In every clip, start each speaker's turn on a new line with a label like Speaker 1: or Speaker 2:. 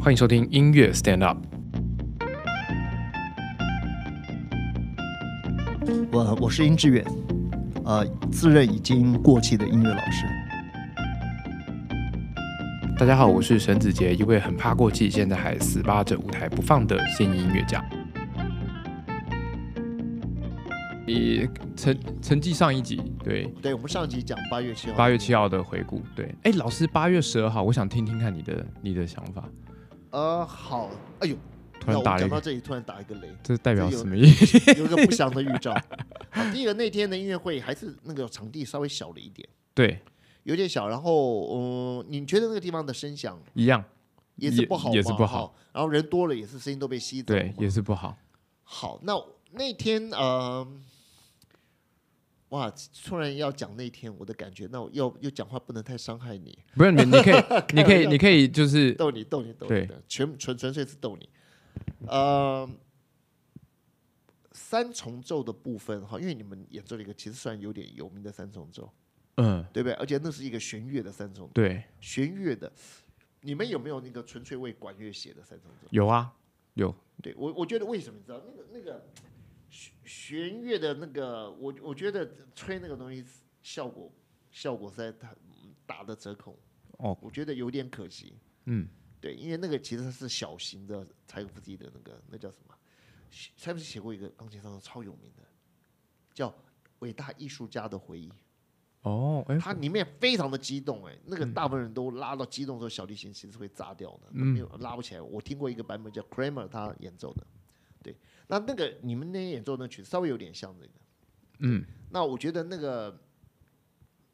Speaker 1: 欢迎收听音乐 Stand Up。
Speaker 2: 我我是殷志远，呃，自认已经过气的音乐老师。
Speaker 1: 大家好，我是沈子杰，一位很怕过气，现在还死扒着舞台不放的现役音乐家。你成成绩上一集对
Speaker 2: 对，我们上集讲八月七号，
Speaker 1: 八月七号的回顾，对，哎，老师八月十二号，我想听听看你的你的想法。
Speaker 2: 呃，好，哎呦，
Speaker 1: 突然打了
Speaker 2: 讲
Speaker 1: 一
Speaker 2: 到
Speaker 1: 个，
Speaker 2: 这里突然打一个雷，
Speaker 1: 这代表
Speaker 2: 这有
Speaker 1: 什么意思？
Speaker 2: 有一个不祥的预兆。好第一个那天的音乐会还是那个场地稍微小了一点，
Speaker 1: 对，
Speaker 2: 有点小。然后，嗯、你觉得那个地方的声响
Speaker 1: 一样，
Speaker 2: 也是
Speaker 1: 也
Speaker 2: 不好嘛，
Speaker 1: 也是不好
Speaker 2: 哈。然后人多了也是声音都被吸走了
Speaker 1: 对
Speaker 2: 嘛，。
Speaker 1: 也是不好。
Speaker 2: 好，那那天呃，哇，突然要讲那天我的感觉，那我要又讲话不能太伤害你，
Speaker 1: 不是你，你可以， 你可以，你可以，就是
Speaker 2: 逗你逗你逗
Speaker 1: 对
Speaker 2: 你的，全纯纯粹是逗你。呃，三重奏的部分哈，因为你们演奏了一个其实算有点有名的三重奏，
Speaker 1: 嗯，
Speaker 2: 对不对？而且那是一个弦乐的三重奏，
Speaker 1: 对，
Speaker 2: 弦乐的。你们有没有那个纯粹为管乐写的三重奏？
Speaker 1: 有啊，有，
Speaker 2: 对我，我觉得为什么你知道那个那个弦弦乐的那个，我我觉得吹那个东西效果效果实在太嗯打的折扣
Speaker 1: 哦，
Speaker 2: 我觉得有点可惜。
Speaker 1: 嗯，
Speaker 2: 对，因为那个其实是小型的柴可夫斯基的那个那叫什么？柴可夫斯基写过一个钢琴上的超有名的，叫《伟大艺术家的回忆》，
Speaker 1: 哦，哎，嗯
Speaker 2: 它里面非常的激动哎、那个大部分人都拉到激动的时候，小提琴其实会炸掉的，没有拉不起来。我听过一个版本叫 Kramer 他演奏的，对，那那个你们那天演奏的那曲稍微有点像这个，
Speaker 1: 嗯，
Speaker 2: 那我觉得那个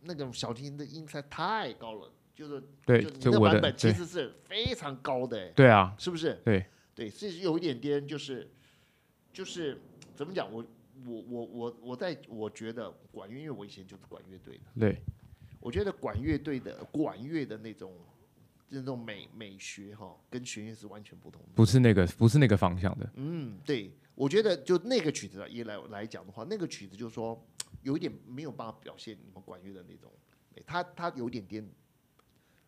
Speaker 2: 那种小提琴的音色太高了，就是
Speaker 1: 对，
Speaker 2: 就你
Speaker 1: 这
Speaker 2: 那
Speaker 1: 我
Speaker 2: 版
Speaker 1: 的，
Speaker 2: 本其
Speaker 1: 对，
Speaker 2: 实是非常高的、哎
Speaker 1: 对啊，
Speaker 2: 是不是？
Speaker 1: 对
Speaker 2: 对，是有一点点就是就是怎么讲？我我我我我在我觉得管乐，因为我以前就是管乐队的，
Speaker 1: 对，
Speaker 2: 我觉得管乐队的管乐的那种那种美美学哈、跟弦乐是完全不同的。
Speaker 1: 不是那个，不是那个方向的，
Speaker 2: 嗯，对，我觉得就那个曲子啊一来来讲的话，那个曲子就是说有一点没有办法表现你们管乐的那种美，它它有点点。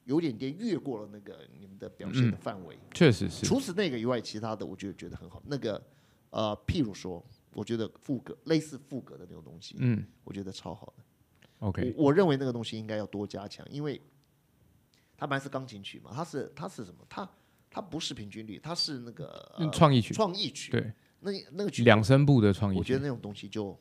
Speaker 2: 有点点越过了那个你们的表现的范围，
Speaker 1: 确实嗯是，
Speaker 2: 除此那个以外，其他的我就觉得很好。那个呃，譬如说，我觉得副歌类似副歌的那种东西，
Speaker 1: 嗯
Speaker 2: 我觉得超好的。
Speaker 1: ，OK，
Speaker 2: 我我认为那个东西应该要多加强，因为它本来是钢琴曲嘛，它是它是什么？它它不是平均律，它是那个、
Speaker 1: 嗯
Speaker 2: 呃、
Speaker 1: 创意曲，
Speaker 2: 创意曲。
Speaker 1: 对，
Speaker 2: 那那个曲
Speaker 1: 两声部的创意
Speaker 2: 我觉
Speaker 1: 曲，
Speaker 2: 得那种东西就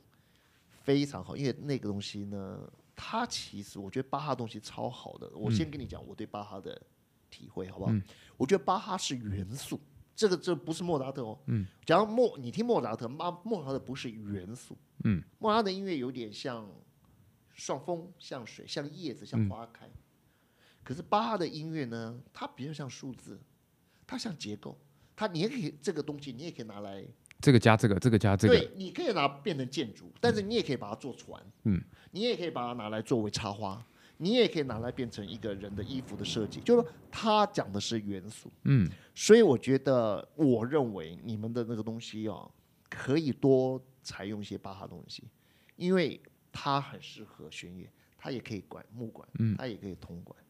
Speaker 2: 非常好，因为那个东西呢，它其实我觉得巴哈东西超好的。我先跟你讲我对巴哈的体会，好不好？我觉得巴哈是元素，这个这不是莫扎特哦。嗯，假如莫你听莫扎特，巴莫扎特不是元素。嗯，莫扎特的音乐有点像像风、像水、像叶子、像花开。可是巴哈的音乐呢，它比较像数字，它像结构，它你也可以这个东西，你也可以拿来
Speaker 1: 这个加这个，这个加这个，
Speaker 2: 对，你可以拿变成建筑，但是你也可以把它做船，嗯，你也可以把它拿来作为插花，你也可以拿来变成一个人的衣服的设计，就是说它讲的是元素，
Speaker 1: 嗯，
Speaker 2: 所以我觉得，我认为你们的那个东西哦，可以多采用一些巴哈东西，因为它很适合弦乐，它也可以管木管，
Speaker 1: 嗯
Speaker 2: 它也可以铜管，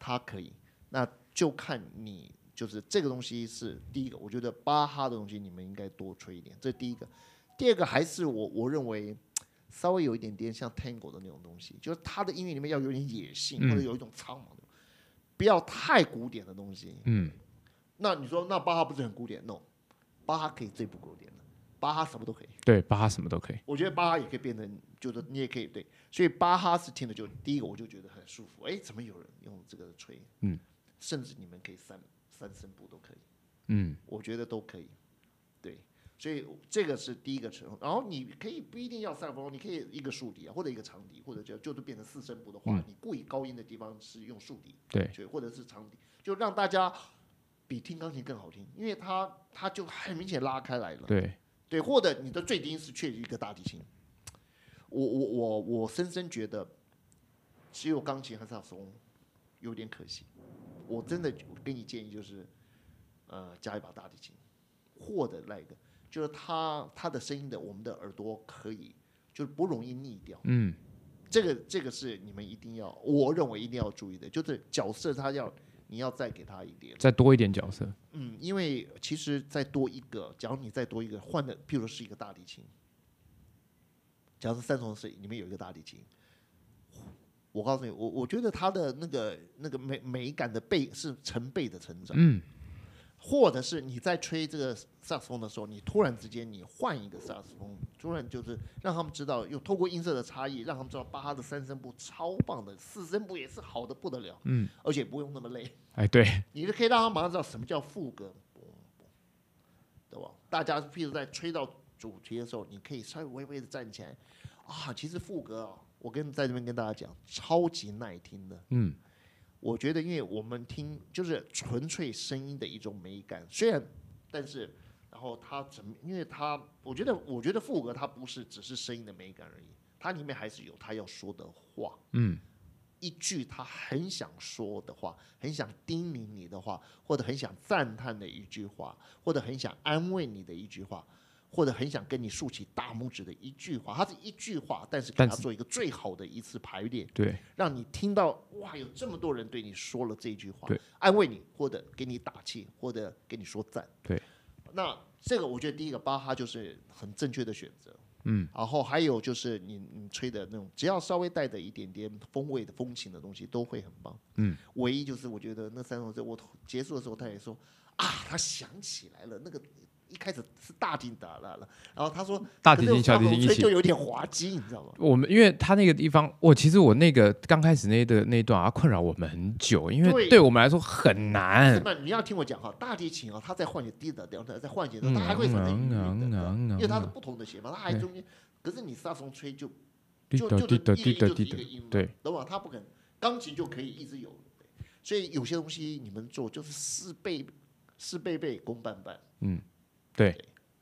Speaker 2: 它可以，那就看你。就是这个东西是第一个，我觉得巴哈的东西你们应该多吹一点，这是第一个。第二个还是我我认为稍微有一点点像 Tango 的那种东西，就是它的音乐里面要有点野性，或者有一种苍茫，不要太古典的东西。
Speaker 1: 嗯，
Speaker 2: 那你说那巴哈不是很古典？No，巴哈可以最不古典的，巴哈什么都可以。
Speaker 1: 对，巴哈什么都可以，
Speaker 2: 我觉得巴哈也可以变成，就是你也可以对，所以巴哈是听的就第一个我就觉得很舒服，哎，怎么有人用这个吹？
Speaker 1: 嗯，
Speaker 2: 甚至你们可以三三声部都可以。
Speaker 1: 嗯，
Speaker 2: 我觉得都可以。对，所以这个是第一个程度。然后你可以不一定要萨克斯风，你可以一个竖笛啊，或者一个长笛，或者就就是变成四声部的话，你故意高音的地方是用竖笛，
Speaker 1: 嗯对，
Speaker 2: 就或者是长笛，就让大家比听钢琴更好听，因为它它就很明显拉开来了。
Speaker 1: 对，
Speaker 2: 对，或者你的最低音是确一个大提琴。我我我我深深觉得，只有钢琴和萨克斯风有点可惜。我真的给你建议就是，呃，加一把大提琴，或者那一个，就是它它的声音的，我们的耳朵可以就是不容易腻掉。
Speaker 1: 嗯，
Speaker 2: 这个这个是你们一定要，我认为一定要注意的，就是角色它要你要再给他一点，
Speaker 1: 再多一点角色，
Speaker 2: 嗯，因为其实再多一个，假如你再多一个换的，譬如说是一个大提琴，假如是三重水里面有一个大提琴，我告诉你，我我觉得它的那个那个美美感的倍是成倍的成长，
Speaker 1: 嗯，
Speaker 2: 或者是你在吹这个萨克斯风的时候，你突然之间你换一个萨克斯风，突然就是让他们知道，又透过音色的差异，让他们知道巴哈的三声部超棒的，四声部也是好的不得了，
Speaker 1: 嗯，
Speaker 2: 而且不用那么累。
Speaker 1: 哎，对，
Speaker 2: 你就可以让他马上知道什么叫副歌，对吧？大家譬如在吹到主题的时候，你可以稍微微微的站起来，啊，其实副歌啊，我跟在这边跟大家讲，超级耐听的。
Speaker 1: 嗯，
Speaker 2: 我觉得，因为我们听就是纯粹声音的一种美感，虽然，但是，然后它怎么？因为它，我觉得，我觉得副歌它不是只是声音的美感而已，它里面还是有他要说的话。
Speaker 1: 嗯，
Speaker 2: 一句他很想说的话，很想叮咛你的话，或者很想赞叹的一句话，或者很想安慰你的一句话，或者很想跟你竖起大拇指的一句话，它是一句话，但是给
Speaker 1: 但
Speaker 2: 他
Speaker 1: 是
Speaker 2: 做一个最好的一次排列，
Speaker 1: 对，
Speaker 2: 让你听到哇，有这么多人对你说了这句话
Speaker 1: 对，
Speaker 2: 安慰你，或者给你打气，或者给你说赞。
Speaker 1: 对，
Speaker 2: 那这个我觉得第一个巴哈就是很正确的选择。嗯，然后还有就是你你吹的那种，只要稍微带着一点点风味的风情的东西，都会很棒。嗯，唯一就是我觉得那三首歌，我结束的时候他也说啊，他想起来了，那个一开始是大提打了了，然后他说
Speaker 1: 大提
Speaker 2: 可
Speaker 1: 琴、
Speaker 2: 是
Speaker 1: 小提
Speaker 2: 我
Speaker 1: 琴一
Speaker 2: 吹
Speaker 1: 起
Speaker 2: 就。有点滑稽，你知道吗？
Speaker 1: 我们因为他那个地方，我其实我那个刚开始那的那一段啊，困扰我们很久，因为
Speaker 2: 对
Speaker 1: 对我们来说很难。
Speaker 2: 那你要听我讲哈，大提琴啊，它在换弦低的调，它在换弦的
Speaker 1: 嗯
Speaker 2: 时候，它还会产生余
Speaker 1: 嗯
Speaker 2: 韵
Speaker 1: 嗯
Speaker 2: 的，
Speaker 1: 嗯
Speaker 2: 因为它是
Speaker 1: 嗯
Speaker 2: 不同的弦嘛，它还中间。可是你萨克斯风吹就
Speaker 1: 滴
Speaker 2: 就
Speaker 1: 答
Speaker 2: 就
Speaker 1: 滴答
Speaker 2: 是
Speaker 1: 滴
Speaker 2: 一个
Speaker 1: 答
Speaker 2: 音
Speaker 1: 滴
Speaker 2: 就是一
Speaker 1: 答
Speaker 2: 个，音嘛，
Speaker 1: 对，
Speaker 2: 懂吗？它不可能，钢琴就可以一直有，所以有些东西你们做就是事倍事倍倍功半半，
Speaker 1: 嗯，对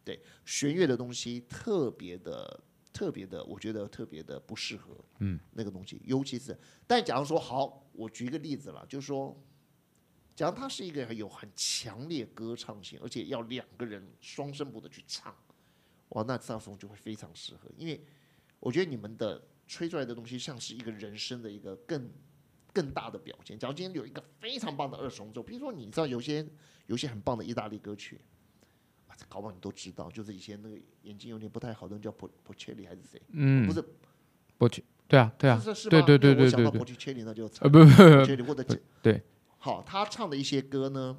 Speaker 2: 对，弦乐的东西特别的。特别的，我觉得特别的不适合，嗯，那个东西，尤其是，但假如说好，我举一个例子啦，就是说，假如它是一个有很强烈歌唱性，而且要两个人双声部的去唱，哇，那萨克斯风就会非常适合，因为我觉得你们的吹出来的东西像是一个人生的一个更更大的表现。假如今天有一个非常棒的二重奏，比如说你知道有些有些很棒的意大利歌曲，啊，这搞不好你都知道，就是以前那个眼睛有点不太好的人叫 p o p o c e l l i 还是谁？
Speaker 1: 嗯，
Speaker 2: 不是，
Speaker 1: 我去，对啊，对啊，
Speaker 2: 是是是
Speaker 1: 对
Speaker 2: 吧
Speaker 1: 对对
Speaker 2: 因为
Speaker 1: 对
Speaker 2: 我想到
Speaker 1: 对
Speaker 2: p o c e l l i 那就
Speaker 1: 呃，不不不，
Speaker 2: 觉得或者
Speaker 1: 对，
Speaker 2: 好，他唱的一些歌呢，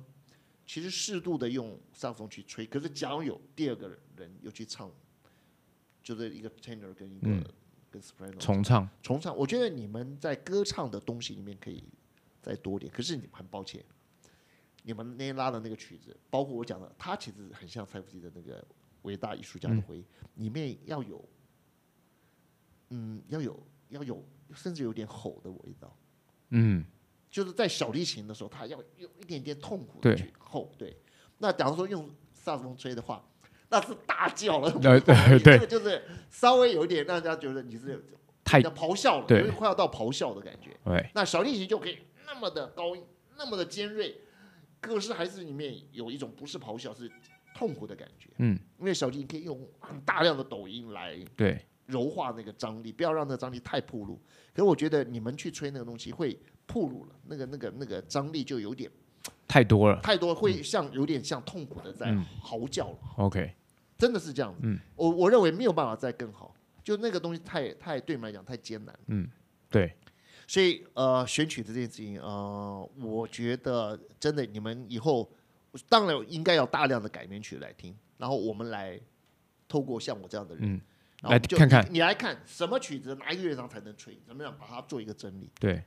Speaker 2: 其实适度的用萨克斯风去吹，可是假如有第二个人又去唱，就是一个 tenor 跟一个、
Speaker 1: 嗯
Speaker 2: 跟 soprano
Speaker 1: 重唱，
Speaker 2: 重唱，我觉得你们在歌唱的东西里面可以再多点，可是你很抱歉，你们那天拉的那个曲子，包括我讲的，它其实很像柴夫斯基的那个《伟大艺术家的回忆》里面要有，嗯，要有要有，甚至有点吼的味道。
Speaker 1: 嗯，
Speaker 2: 就是在小提琴的时候，他要有一点点痛苦
Speaker 1: 对
Speaker 2: 的去后对。那假如说用萨克斯风吹的话，那是大叫了，
Speaker 1: 呃对对
Speaker 2: 这个就是稍微有一点让人家觉得你是
Speaker 1: 太哎
Speaker 2: 要咆哮了，
Speaker 1: 对
Speaker 2: 有点快要到咆哮的感觉。
Speaker 1: 对，
Speaker 2: 那小提琴就可以那么的高音，那么的尖锐，可是还是里面有一种不是咆哮，是痛苦的感觉。
Speaker 1: 嗯，
Speaker 2: 因为小提琴可以用很大量的抖音来
Speaker 1: 对，
Speaker 2: 柔化那个张力，不要让那个张力太暴露。可是我觉得你们去吹那个东西会暴露了，那个那个那个张力就有点
Speaker 1: 太多了
Speaker 2: 太多，会像有点像痛苦的在
Speaker 1: 嗯
Speaker 2: 嚎叫了，
Speaker 1: ，OK，
Speaker 2: 真的是这样子。
Speaker 1: 嗯
Speaker 2: 我我认为没有办法再更好，就那个东西太太对你们来讲太艰难。
Speaker 1: 对，
Speaker 2: 所以呃，选曲的这件事情，呃，我觉得真的你们以后当然应该要大量的改编曲来听，然后我们来透过像我这样的人，
Speaker 1: 嗯
Speaker 2: 然后我
Speaker 1: 来
Speaker 2: 们就
Speaker 1: 看看
Speaker 2: 你你来看什么曲子哪一个乐章才能吹，怎么样把它做一个整理，
Speaker 1: 对，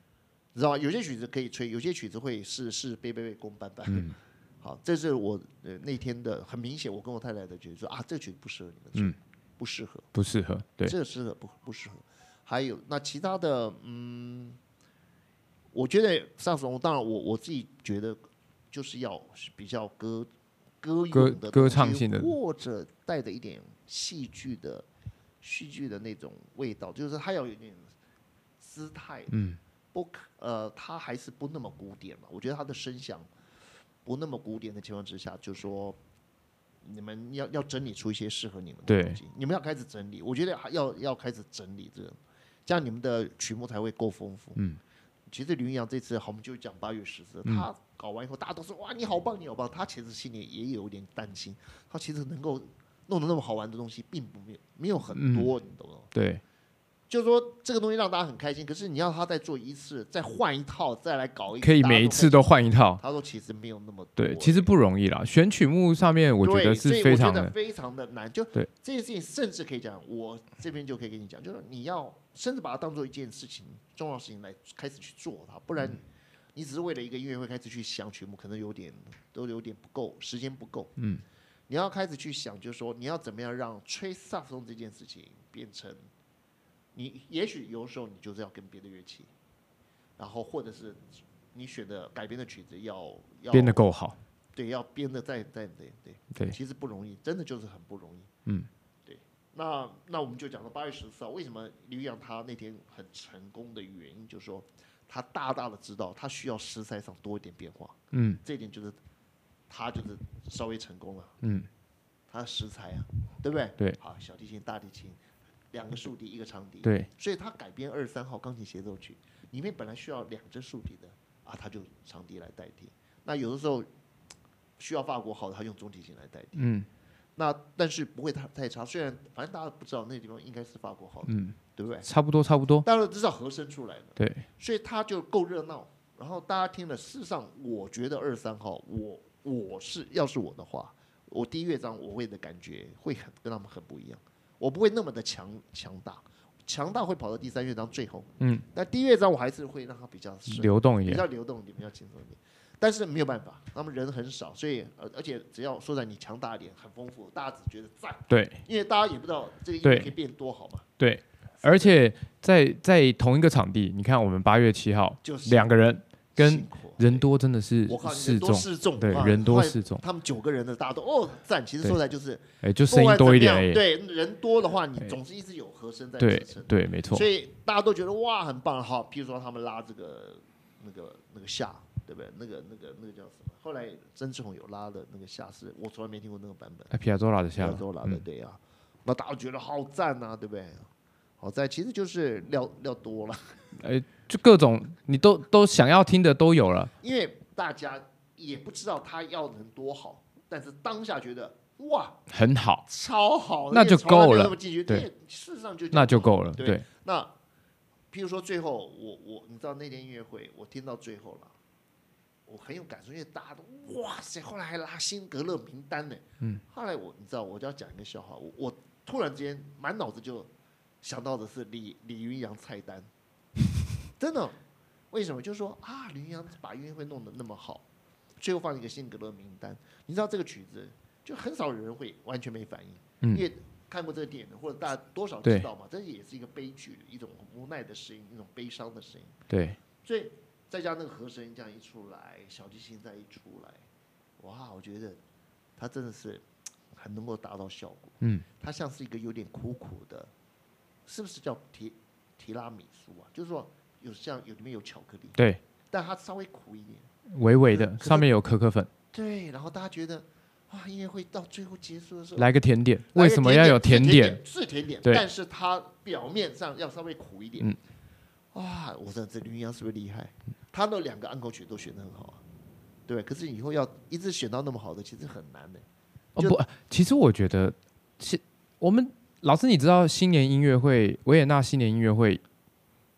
Speaker 2: 知道吧？有些曲子可以吹，有些曲子会是是背背背公班班。
Speaker 1: 嗯
Speaker 2: 好，这是我呃那天的很明显，我跟我太太的觉得说啊，这曲不适合你们吹，
Speaker 1: 嗯
Speaker 2: 不适合。
Speaker 1: 不适合，对，
Speaker 2: 这个适合不不适合。还有那其他的，嗯，我觉得上次我当然我我自己觉得就是要比较歌歌
Speaker 1: 歌
Speaker 2: 咏的
Speaker 1: 歌
Speaker 2: 东西
Speaker 1: 唱性的
Speaker 2: 或者带着一点戏剧的戏剧的那种味道，就是它要有一点姿态，
Speaker 1: 嗯，
Speaker 2: 不可呃，它还是不那么古典嘛。我觉得它的声响不那么古典的情况之下，就是说你们要要整理出一些适合你们的
Speaker 1: 对
Speaker 2: 东西，你们要开始整理。我觉得还要要开始整理这个，这样你们的曲目才会够丰富。嗯，其实林云阳这次好，我们就讲八月十四，他搞完以后，大家都说哇，你好棒，你好棒。他其实心里也有点担心，他其实能够弄得那么好玩的东西，并不没有没有很多，你懂不懂？
Speaker 1: 对，
Speaker 2: 就是说这个东西让大家很开心，可是你要他再做一次，再换一套，再来搞一个，
Speaker 1: 可以每一次。都换一套，
Speaker 2: 他说其实没有那么多，啊
Speaker 1: 对，其实不容易啦。选曲目上面，我觉
Speaker 2: 对
Speaker 1: 得
Speaker 2: 所
Speaker 1: 是
Speaker 2: 以我
Speaker 1: 非
Speaker 2: 觉
Speaker 1: 常
Speaker 2: 得
Speaker 1: 的，
Speaker 2: 非常的难。就
Speaker 1: 对
Speaker 2: 这件事情，甚至可以讲，我这边就可以跟你讲，就是你要甚至把它当做一件事情、重要的事情来开始去做它，不然
Speaker 1: 嗯
Speaker 2: 你只是为了一个音乐会开始去想曲目，可能有点都有点不够，时间不够。嗯，你要开始去想，就是说你要怎么样让吹萨克斯风这件事情变成你，也许有时候你就是要跟别的乐器，然后或者是你选的改编的曲子要要
Speaker 1: 编得够好，
Speaker 2: 对，要编的再再对对。
Speaker 1: 对，
Speaker 2: 其实不容易，真的就是很不容易。嗯，对。那那我们就讲到八月十四号，为什么刘洋他那天很成功的原因，就是说他大大的知道他需要食材上多一点变化。
Speaker 1: 嗯，
Speaker 2: 这一点就是他就是稍微成功了。嗯，他的食材啊，对不对？
Speaker 1: 对。
Speaker 2: 好，小提琴、大提琴，两个竖笛，一个长笛。
Speaker 1: 对，
Speaker 2: 所以他改编二十三号钢琴协奏曲，里面本来需要两只竖笛的啊，他就长笛来代替。那有的时候需要法国号的，他用中提琴来代替。
Speaker 1: 嗯，
Speaker 2: 那但是不会太太差，虽然反正大家不知道那地方应该是法国号的，嗯，对不对？
Speaker 1: 差不多差不多，
Speaker 2: 当然至少和声出来了，
Speaker 1: 哦对，
Speaker 2: 所以他就够热闹。然后大家听了，事实上我觉得二三号，我我是要是我的话，我第一乐章我会的感觉会很跟他们很不一样，我不会那么的强强大，强大会跑到第三乐章最后，嗯，那第一乐章我还是会让它比较顺。
Speaker 1: 流动一
Speaker 2: 比
Speaker 1: 点，
Speaker 2: 较流动一点，比较轻松一点。但是没有办法，他们人很少，所以呃而而且只要说在你强大一点，很丰富，大家只觉得赞，
Speaker 1: 对
Speaker 2: 因为大家也不知道这个音
Speaker 1: 对
Speaker 2: 乐可以变多好嘛，
Speaker 1: 对，而且在在同一个场地，你看我们八月七号
Speaker 2: 就是
Speaker 1: 两个人跟
Speaker 2: 辛苦啊
Speaker 1: 人多真的是
Speaker 2: 我靠，你
Speaker 1: 适
Speaker 2: 人多
Speaker 1: 中，
Speaker 2: 势众，
Speaker 1: 对
Speaker 2: 哇
Speaker 1: 人多
Speaker 2: 后来
Speaker 1: 势众
Speaker 2: 他们九个人的大家都哦赞，其实
Speaker 1: 对
Speaker 2: 说来就是
Speaker 1: 哎，就
Speaker 2: 不
Speaker 1: 声音
Speaker 2: 管
Speaker 1: 多一
Speaker 2: 怎
Speaker 1: 点
Speaker 2: 么
Speaker 1: 而
Speaker 2: 样
Speaker 1: 已，
Speaker 2: 对人多的话，你
Speaker 1: 哎
Speaker 2: 总是一直有和声在
Speaker 1: 对
Speaker 2: 支撑，
Speaker 1: 对，没错
Speaker 2: 所，以大家都觉得哇很棒，好，譬如说他们拉这个那个那个夏，对不对？那个那个那个叫什么？后来曾志宏有拉的那个夏是，我从来没听过那个版本。
Speaker 1: 哎，皮亚佐拉的下
Speaker 2: 亚
Speaker 1: 了，
Speaker 2: 洲来的
Speaker 1: 嗯，
Speaker 2: 对啊，那大家觉得好赞呐、对不对？好在其实就是料料多了，
Speaker 1: 就各种你都都想要听的都有了，
Speaker 2: 因为大家也不知道他要能多好，但是当下觉得哇
Speaker 1: 很好，
Speaker 2: 超好的，
Speaker 1: 那就够了
Speaker 2: 因为从来没有那么进去，
Speaker 1: 对
Speaker 2: 因为事实上就
Speaker 1: 那就够
Speaker 2: 了。
Speaker 1: 了，
Speaker 2: 对
Speaker 1: 对，
Speaker 2: 那譬如说最后我我你知道那天音乐会我听到最后了，我很有感触，因为大家都哇塞，后来还拉辛格勒名单呢。嗯，后来我你知道我就要讲一个笑话，我我突然之间满脑子就想到的是李李云阳菜单， 真的，为什么？就是说啊，李云阳把音乐会弄得那么好，最后放了一个辛格勒名单，你知道这个曲子就很少有人会完全没反应，
Speaker 1: 嗯
Speaker 2: 因为看过这个电影的或者大家多少
Speaker 1: 对
Speaker 2: 知道嘛，这也是一个悲剧，一种无奈的声音，一种悲伤的声音，
Speaker 1: 对，
Speaker 2: 所以再加上那个和声这样一出来，小提琴再一出来，哇，我觉得他真的是很能够达到效果。
Speaker 1: 嗯，
Speaker 2: 它像是一个有点苦苦的，是不是叫提提拉米苏啊？就是说有像有里面有巧克力，
Speaker 1: 对，
Speaker 2: 但它稍微苦一点。
Speaker 1: 微微的
Speaker 2: 可，是
Speaker 1: 上面有可可粉。
Speaker 2: 对，然后大家觉得啊，音乐会到最后结束的时候，
Speaker 1: 来个甜点，
Speaker 2: 来
Speaker 1: 为
Speaker 2: 个
Speaker 1: 什么要有
Speaker 2: 甜
Speaker 1: 甜点？
Speaker 2: 是甜点，
Speaker 1: 对嗯
Speaker 2: 但是它表面上要稍微苦一点。哇，我说这林阳是不是厉害？他那两个安口曲都选的很好啊，对。可是以后要一直选到那么好的，其实很难的、
Speaker 1: 哦
Speaker 2: 就
Speaker 1: 不，其实我觉得，是我们老师，你知道新年音乐会维也纳新年音乐会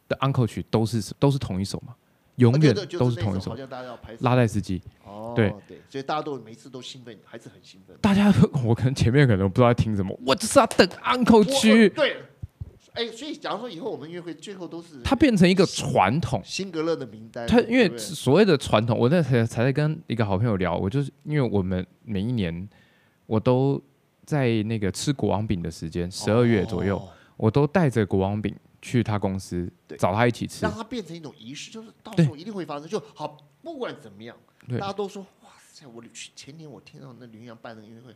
Speaker 1: 的 uncle 曲都是都是同一首吗？永
Speaker 2: 啊
Speaker 1: 远
Speaker 2: 对对就
Speaker 1: 都
Speaker 2: 是那
Speaker 1: 同一
Speaker 2: 好
Speaker 1: 首。
Speaker 2: 像大家要排
Speaker 1: 拉带斯基，
Speaker 2: 哦，
Speaker 1: 对
Speaker 2: 所以大家都每次都兴奋，还是很兴奋。
Speaker 1: 大家我可能前面可能不知道在听什么，我就是要等 uncle
Speaker 2: 我
Speaker 1: 曲，
Speaker 2: 对，哎，所以假如说以后我们音乐会最后都是
Speaker 1: 它变成一个传统。
Speaker 2: 辛格勒的名单，
Speaker 1: 它因
Speaker 2: 对不
Speaker 1: 为
Speaker 2: 对
Speaker 1: 所谓的传统，我那才才在跟一个好朋友聊，我就是因为我们每一年我都在那个吃国王饼的时间，十二月左右，
Speaker 2: 哦
Speaker 1: 我都带着国王饼去他公司
Speaker 2: 对
Speaker 1: 找他一起吃
Speaker 2: 让。它变成一种仪式，就是到时候一定会发生，就好，不管怎么样，
Speaker 1: 对
Speaker 2: 大家都说哇塞，我去前年我听到那羚羊办的音乐会，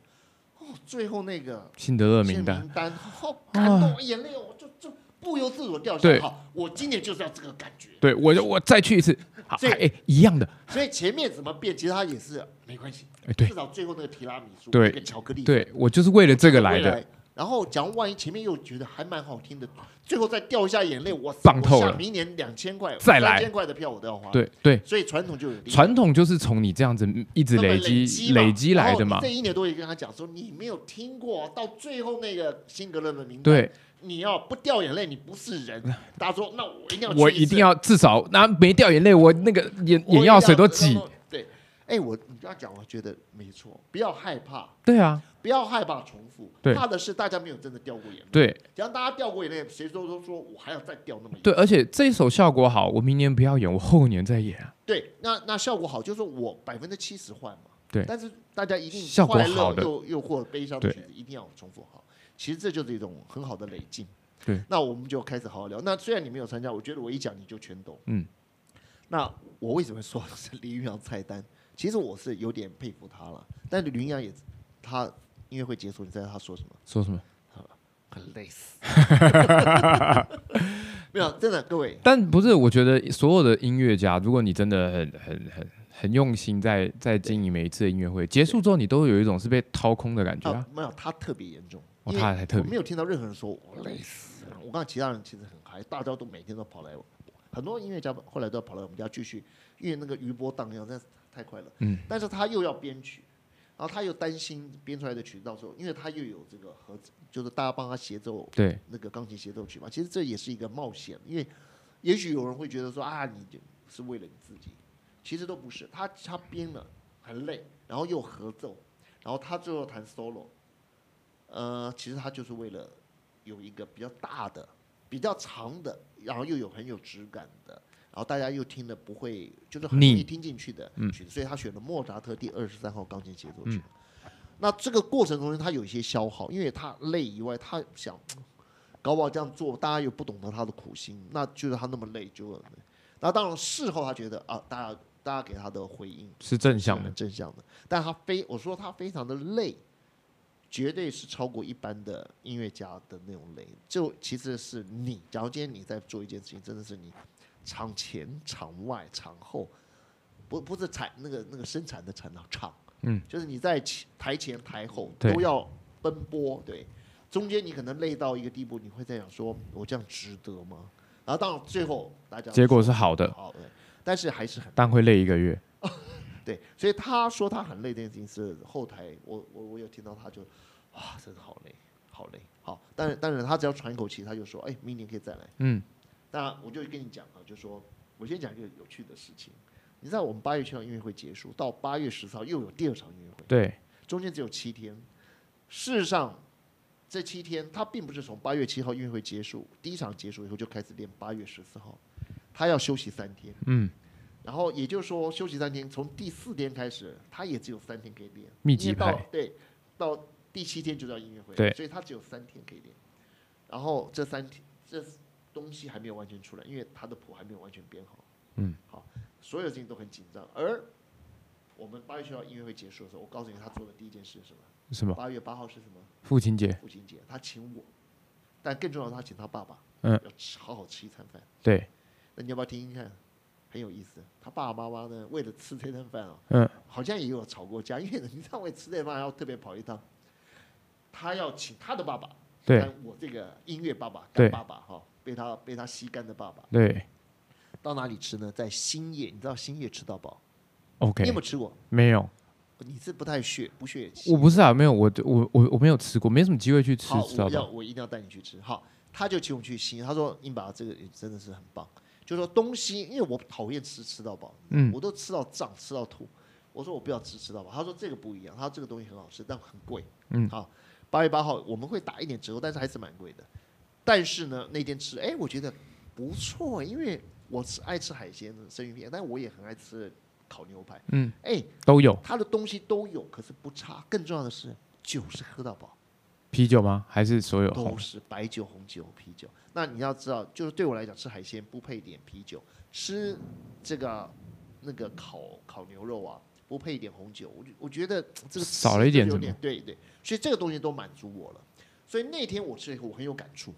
Speaker 2: 哦，最后那个
Speaker 1: 辛德勒
Speaker 2: 是
Speaker 1: 名单，
Speaker 2: 名单好感动，眼泪我就就不由自主地掉下来。
Speaker 1: 对
Speaker 2: 好，我今年就是要这个感觉。
Speaker 1: 对我就我再去一次，好，
Speaker 2: 所以
Speaker 1: 哎、一样的，
Speaker 2: 所以前面怎么变，其实它也是没关系，
Speaker 1: 哎、对
Speaker 2: 至少最后那个提拉米苏，
Speaker 1: 对
Speaker 2: 那个巧克力，
Speaker 1: 对，我就是为了这个
Speaker 2: 未
Speaker 1: 来的，
Speaker 2: 来然后，假如万一前面又觉得还蛮好听的，最后再掉一下眼泪，我
Speaker 1: 棒透了
Speaker 2: 我下明年两千块，
Speaker 1: 再来
Speaker 2: 三千块的票我都要花。，
Speaker 1: 对对，
Speaker 2: 所以传统就有利益
Speaker 1: 传统就是从你这样子一直
Speaker 2: 那么
Speaker 1: 累
Speaker 2: 积
Speaker 1: 积
Speaker 2: 嘛
Speaker 1: 累积来的
Speaker 2: 然后
Speaker 1: 嘛
Speaker 2: 你这。一年多也跟他讲说，你没有听过，到最后那个辛格勒的名单，
Speaker 1: 对，
Speaker 2: 你要不掉眼泪，你不 是人。大家说，那我一定要，
Speaker 1: 我一定，要至少那没掉眼泪，我那个眼眼药水都挤。。
Speaker 2: 对，哎，我你这样讲，我觉得没错，不要害怕，
Speaker 1: 对啊，
Speaker 2: 不要害怕重复，
Speaker 1: 对
Speaker 2: 怕的是大家没有真的掉过眼泪。
Speaker 1: 对
Speaker 2: 只要大家掉过眼泪，谁都都说我还要再掉那么一次
Speaker 1: 对，而且这一首效果好，我明年不要演，我后年再演啊。
Speaker 2: 对，那那效果好，就是说我百分之七十换嘛。
Speaker 1: 对
Speaker 2: 但是大家一定
Speaker 1: 效果
Speaker 2: 快乐
Speaker 1: 好的
Speaker 2: 又又或悲伤的
Speaker 1: 对
Speaker 2: 曲子一定要重复好。其实这就是一种很好的累进。
Speaker 1: 对，
Speaker 2: 那我们就开始好好聊。那虽然你没有参加，我觉得我一讲你就全懂。
Speaker 1: 嗯，
Speaker 2: 那我为什么说是李云阳菜单？其实我是有点佩服他了，但是李云阳也他音乐会结束，你知道他说什么？
Speaker 1: 说什么？
Speaker 2: 很累死。 没有，真的，各位，
Speaker 1: 但不是，我觉得所有的音乐家，如果你真的很很很很用心在在经营每一次的音乐会，结束之后，你都有一种是被掏空的感觉
Speaker 2: 啊
Speaker 1: 啊。，
Speaker 2: 没有，他特别严重，
Speaker 1: 哦
Speaker 2: 因为
Speaker 1: 他还特别
Speaker 2: 我没有听到任何人说我累死了。我看其他人其实很嗨，大家都每天都跑来，很多音乐家后来都要跑来我们家继续，因为那个余波荡漾，真是太快了。
Speaker 1: 嗯，
Speaker 2: 但是他又要编曲，然后他又担心编出来的曲子到时候，因为他又有这个合，就是大家帮他协奏
Speaker 1: 对，
Speaker 2: 那个钢琴协奏曲嘛，其实这也是一个冒险，因为也许有人会觉得说啊，你就是为了你自己，其实都不是，他他编了很累，然后又合奏，然后他最后弹 solo，呃，其实他就是为了有一个比较大的、比较长的，然后又有很有质感的。然后大家又听了不会，就是很容易
Speaker 1: 腻
Speaker 2: 听进去的曲子，所以他选了莫扎特第二十三号钢琴协奏曲。那这个过程中间，他有一些消耗，因为他累以外，他想搞不好这样做，大家又不懂得他的苦心，那就是他那么累就。那当然事后他觉得啊，大家大家给他的回应
Speaker 1: 是正
Speaker 2: 是
Speaker 1: 向的
Speaker 2: 很。正向的，但他非我说他非常的累，绝对是超过一般的音乐家的那种累。就其实是你，假如今天你在做一件事情，真的是你场前、场外、场后，不不是产那个那个生产的产啊，场，
Speaker 1: 嗯，
Speaker 2: 就是你在前台前台后
Speaker 1: 对
Speaker 2: 都要奔波，对，中间你可能累到一个地步，你会在想说，我这样值得吗？然后当然最后大家
Speaker 1: 结果
Speaker 2: 说
Speaker 1: 是好的，
Speaker 2: 好，对，但是还是很。
Speaker 1: 但会累一个月。
Speaker 2: 对，所以他说他很累这件事情是后台，我我我有听到他就，哇，真的好累，好累，好，但是但是他只要喘一口气，他就说，哎，明年可以再来。
Speaker 1: 嗯，
Speaker 2: 那我就跟你讲啊，就说我先讲一个有趣的事情，你知道我们八月七号音乐会结束，到八月十四号又有第二场音乐会，
Speaker 1: 对，
Speaker 2: 中间只有七天。事实上，这七天他并不是从八月七号音乐会结束，第一场结束以后就开始练八月十四号，他要休息三天。
Speaker 1: 嗯，
Speaker 2: 然后也就是说，休息三天，从第四天开始，他也只有三天可以练。
Speaker 1: 密集
Speaker 2: 因为到
Speaker 1: 派
Speaker 2: 对，到第七天就叫音乐会，
Speaker 1: 对
Speaker 2: 所以他只有三天可以练。然后这三天这东西还没有完全出来，因为他的谱还没有完全编好。
Speaker 1: 嗯，
Speaker 2: 好，所有事情都很紧张。而我们八月七号音乐会结束的时候，我告诉你他做的第一件事是什么？
Speaker 1: 什么
Speaker 2: 八月八号是什么？
Speaker 1: 父亲节？
Speaker 2: 父亲节，他请我，但更重要的，他请他爸爸，
Speaker 1: 嗯，
Speaker 2: 要吃好好吃一餐饭。
Speaker 1: 对，
Speaker 2: 那你要不要听听看？很有意思。他爸爸妈妈呢，为了吃这顿饭啊，
Speaker 1: 嗯，
Speaker 2: 好像也有吵过架，因为你知道，为了吃这顿饭还要特别跑一趟。他要请他的爸爸，
Speaker 1: 对
Speaker 2: 但我这个音乐爸爸、
Speaker 1: 对
Speaker 2: 干爸爸哈、被他被他吸干的爸爸，
Speaker 1: 对
Speaker 2: 到哪里吃呢？在兴业，你知道兴业吃到饱，你有
Speaker 1: ，OK，
Speaker 2: 没有吃过？
Speaker 1: 没有，
Speaker 2: 你是不太血不血气
Speaker 1: 我。不是哦啊，没有，我我我我没有吃过，没什么机会去吃
Speaker 2: 好，，
Speaker 1: 知道
Speaker 2: 我要
Speaker 1: 吧？
Speaker 2: 我一定要带你去吃。好，他就请我去新，他说英爸这个也真的是很棒，就说东西，因为我讨厌吃吃到饱，
Speaker 1: 嗯
Speaker 2: 我都吃到胀，吃到吐。我说我不要吃吃到饱，他说这个不一样，他说这个东西很好吃，但很贵。
Speaker 1: 嗯
Speaker 2: 好，八月八号我们会打一点折扣，但是还是蛮贵的。但是呢，那天吃，哎，我觉得不错，因为我是爱吃海鲜、生鱼片，但我也很爱吃烤牛排。
Speaker 1: 嗯，
Speaker 2: 哎，
Speaker 1: 都有
Speaker 2: 他的东西都有，可是不差。更重要的是，酒是喝到饱。
Speaker 1: 啤酒吗？还是所有
Speaker 2: 都
Speaker 1: 红？
Speaker 2: 是白酒、红酒、啤酒。那你要知道，就是对我来讲，吃海鲜不配点啤酒，吃这个那个烤烤牛肉啊，不配一点红酒，我就我觉得这个
Speaker 1: 少了一点
Speaker 2: 有
Speaker 1: 什么
Speaker 2: 点对对，所以这个东西都满足我了。所以那天我吃了以后，我很有感触。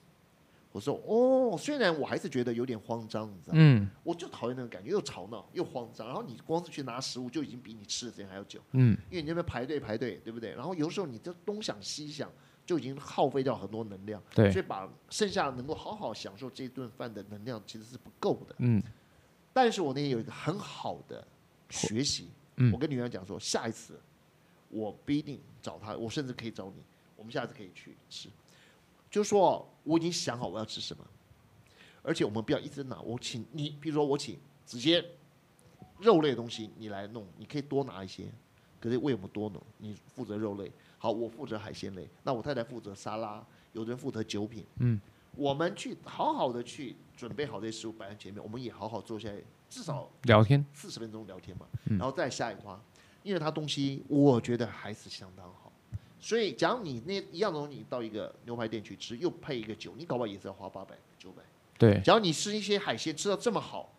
Speaker 2: 我说哦，虽然我还是觉得有点慌张，你知道吗？
Speaker 1: 嗯
Speaker 2: 我就讨厌那种感觉，又吵闹又慌张，然后你光是去拿食物就已经比你吃的时间还要久，
Speaker 1: 嗯
Speaker 2: 因为你那边排队排队，对不对？然后有时候你这东想西想，就已经耗费掉很多能量，
Speaker 1: 对
Speaker 2: 所以把剩下能够好好享受这顿饭的能量其实是不够的。
Speaker 1: 嗯
Speaker 2: 但是我那天有一个很好的学习，
Speaker 1: 嗯
Speaker 2: 我跟女儿讲说，下一次我不一定找她，我甚至可以找你，我们下次可以去吃。就是说我已经想好我要吃什么，而且我们不要一直拿，我请你，比如说我请直接肉类的东西你来弄，你可以多拿一些，可是为什么多弄？你负责肉类，好，我负责海鲜类，那我太太负责沙拉，有人负责酒品，
Speaker 1: 嗯，
Speaker 2: 我们去好好的去准备好这些食物摆在前面，我们也好好坐下来，至少
Speaker 1: 聊天，
Speaker 2: 四十分钟聊天嘛，然后再下一趴，因为它东西我觉得还是相当好，所以假如你那一样东西你到一个牛排店去吃，又配一个酒，你搞不好也是要花八百九百。
Speaker 1: 对
Speaker 2: 假如你吃一些海鲜吃到这么好，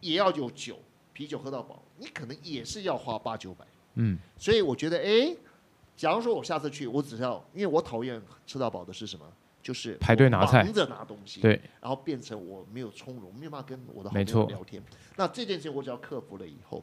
Speaker 2: 也要有酒啤酒喝到饱，你可能也是要花八九百。
Speaker 1: 嗯
Speaker 2: 所以我觉得，哎，假如说我下次去，我只要因为我讨厌吃到饱的是什么？就是
Speaker 1: 排队拿菜
Speaker 2: 忙着拿东西，
Speaker 1: 对，
Speaker 2: 然后变成我没有从容，没有办法跟我的好
Speaker 1: 没
Speaker 2: 朋
Speaker 1: 错
Speaker 2: 友聊天。那这件事情我只要克服了以后，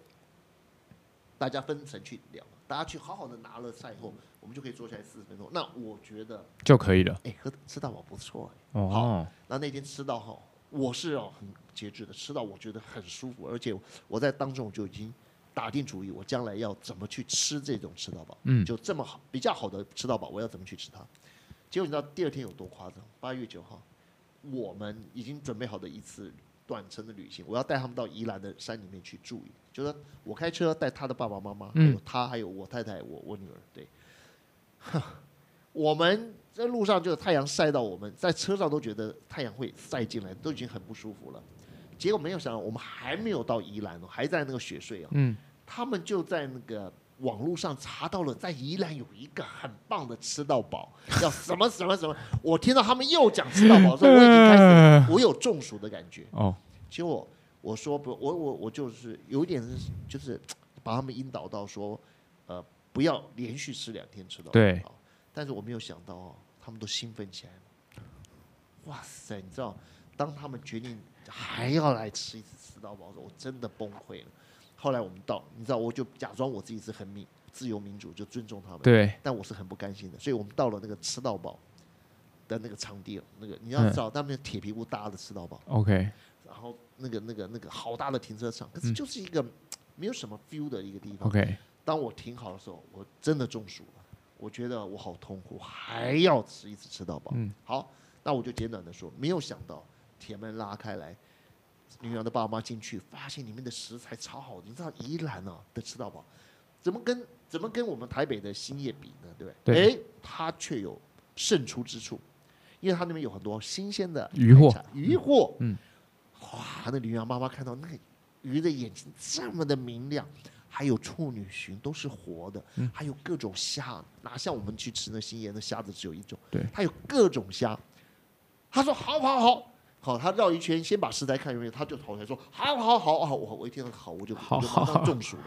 Speaker 2: 大家分层去聊，大家去好好的拿了菜以后，我们就可以坐下来四十分钟。那我觉得，
Speaker 1: 就可以了。
Speaker 2: 哎，喝吃到饱不错、
Speaker 1: 哦
Speaker 2: 好，那那天吃到哈，我是哦很节制的，吃到我觉得很舒服，而且我在当中我就已经打定主意，我将来要怎么去吃这种吃到饱，
Speaker 1: 嗯
Speaker 2: 就这么好比较好的吃到饱，我要怎么去吃它？结果你知道第二天有多夸张？八月九号，我们已经准备好的一次短程的旅行，我要带他们到宜兰的山里面去住，就是说我开车带他的爸爸妈妈，还
Speaker 1: 嗯
Speaker 2: 有他，还有我太太，我我女儿，对。我们在路上就有太阳晒到我们，在车上都觉得太阳会晒进来，都已经很不舒服了。结果没有想到，我们还没有到宜兰哦，还在那个雪隧啊，
Speaker 1: 嗯，
Speaker 2: 他们就在那个网络上查到了，在宜兰有一个很棒的吃到饱，叫什么什么什么。我听到他们又讲吃到饱，说我已经开始我有中暑的感觉。
Speaker 1: 哦，
Speaker 2: 结果我说不，我我我就是有一点是就是把他们引导到说，呃，不要连续吃两天吃到饱
Speaker 1: 对
Speaker 2: 啊但是我没有想到哦，他们都兴奋起来了。哇塞，你知道，当他们决定还要来吃一次吃到饱的时候，我真的崩溃了。后来我们到，你知道，我就假装我自己是很民自由民主，就尊重他们。
Speaker 1: 对，
Speaker 2: 但我是很不甘心的，所以我们到了那个吃到饱的那个场地，那个你要
Speaker 1: 嗯
Speaker 2: 知道，他们铁皮屋搭的吃到饱。
Speaker 1: OK，
Speaker 2: 然后那个那个那个好大的停车场，可是就是一个没有什么 feel 的一个地方。
Speaker 1: 嗯 OK，
Speaker 2: 当我停好的时候，我真的中暑了，我觉得我好痛苦，还要吃一次吃到饱。
Speaker 1: 嗯
Speaker 2: 好，那我就简短的说，没有想到铁门拉开来，女儿的爸妈进去，发现里面的食材超好的，你知道宜兰啊的吃到饱，怎么跟怎么跟我们台北的兴业比呢？对不对？
Speaker 1: 对
Speaker 2: 哎，它却有胜出之处，因为它那边有很多新鲜的
Speaker 1: 鱼货
Speaker 2: 海产，哎鱼货，
Speaker 1: 嗯，
Speaker 2: 哇，那女儿妈妈看到那个鱼的眼睛这么的明亮。还有处女鲟都是活的，
Speaker 1: 嗯
Speaker 2: 还有各种虾，哪像我们去吃那新盐的虾子只有一种，
Speaker 1: 对
Speaker 2: 还有各种虾。他说好好好，好，他绕一圈，先把食材看一遍，他就跑起来说好好好啊！我我一听到好，我就
Speaker 1: 好
Speaker 2: 我就马
Speaker 1: 好
Speaker 2: 上中暑了。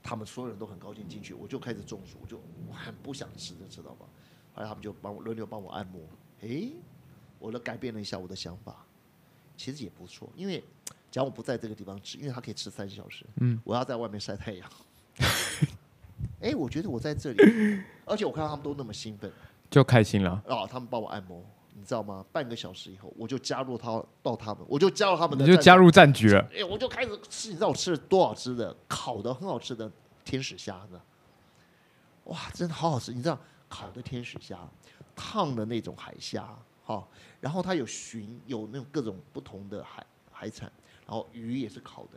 Speaker 2: 他们所有人都很高兴进去，我就开始中暑，我就我很不想吃，你知道吗？后来他们就帮我轮流帮我按摩，诶，我都改变了一下我的想法，其实也不错，因为假如我不在这个地方吃，因为它可以吃三小时，
Speaker 1: 嗯，
Speaker 2: 我要在外面晒太阳。哎，我觉得我在这 里，而且我看到他们都那么兴奋，
Speaker 1: 就开心了。
Speaker 2: 然后他们帮我按摩，你知道吗？半个小时以后，我就加入他到他们，我就加入他们的
Speaker 1: 你
Speaker 2: 战
Speaker 1: 就
Speaker 2: 斗，
Speaker 1: 加入战局了，
Speaker 2: 哎，我就开始吃，你知道我吃了多少只的烤的很好吃的天使虾呢？哇，真的好好吃！你知道烤的天使虾，烫的那种海虾，哈、然后它有鲟，有那种各种不同的海海产，然后鱼也是烤的。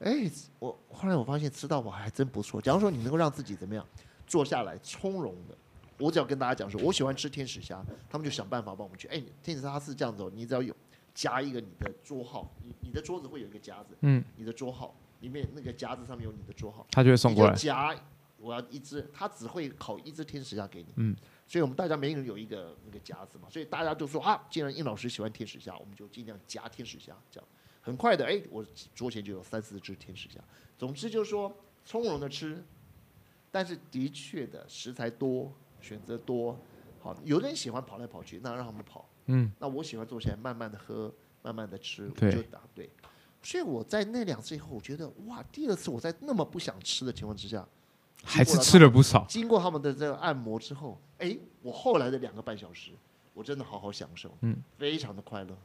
Speaker 2: 哎，我后来我发现吃到饱还真不错。假如说你能够让自己怎么样坐下来从容的，我只要跟大家讲说，我喜欢吃天使虾，他们就想办法帮我们去。哎，天使虾它是这样子哦，你只要有加一个你的桌号，你你的桌子会有一个夹子，
Speaker 1: 嗯，
Speaker 2: 你的桌号里面那个夹子上面有你的桌号，
Speaker 1: 他就会送过
Speaker 2: 你
Speaker 1: 来
Speaker 2: 就。夹，我要一只，他只会烤一只天使虾给你。
Speaker 1: 嗯，
Speaker 2: 所以我们大家每个人有一个那个夹子嘛，所以大家就说啊，既然殷老师喜欢天使虾，我们就尽量夹天使虾，这样很快的，哎，我桌前就有三四只天使虾。总之就是说，从容的吃，但是的确的食材多，选择多。好，有的人喜欢跑来跑去，那让他们跑。嗯，那我喜欢坐下来慢慢的喝，慢慢的吃，我
Speaker 1: 对
Speaker 2: 就答对。所以我在那两次以后，我觉得哇，第二次我在那么不想吃的情况之下，
Speaker 1: 还是
Speaker 2: 经过
Speaker 1: 吃了不少。
Speaker 2: 经过他们的这个按摩之后，哎，我后来的两个半小时，我真的好好享受，嗯，非常的快乐。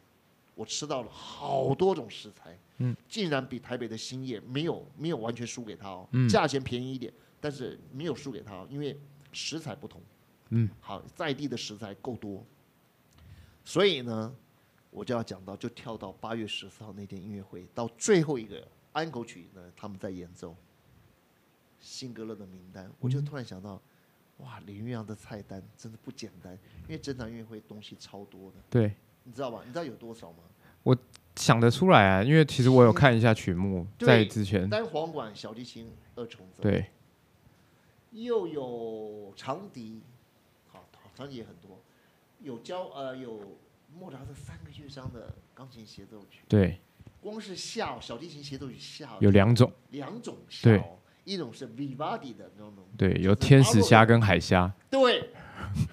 Speaker 2: 我吃到了好多种食材，嗯，竟然比台北的兴业没有没有完全输给它哦，价钱便宜一点，但是没有输给它哦，因为食材不同，嗯，好，在地的食材够多，所以呢，我就要讲到，就跳到八月十四号那天音乐会，到最后一个安口曲呢，他们在演奏辛格勒的名单，我就突然想到，哇，林玉阳的菜单真的不简单，因为整场音乐会东西超多的，
Speaker 1: 对，
Speaker 2: 你知道吧？你知道有多少吗？
Speaker 1: 想得出来啊，因为其实我有看一下曲目，
Speaker 2: 对
Speaker 1: 在之前，
Speaker 2: 单簧管、小提琴、二重奏，
Speaker 1: 嗯对，
Speaker 2: 又有长笛，好，长笛也很多，有交呃有莫扎特三个乐章的钢琴协奏曲，
Speaker 1: 对，
Speaker 2: 光是下午小提琴协奏曲下午
Speaker 1: 有两种，
Speaker 2: 两种下
Speaker 1: 对
Speaker 2: 午，一种是 Vivaldi 的那种，
Speaker 1: 对，有
Speaker 2: 就是
Speaker 1: 天使
Speaker 2: Barrow
Speaker 1: 虾跟海虾，
Speaker 2: 对，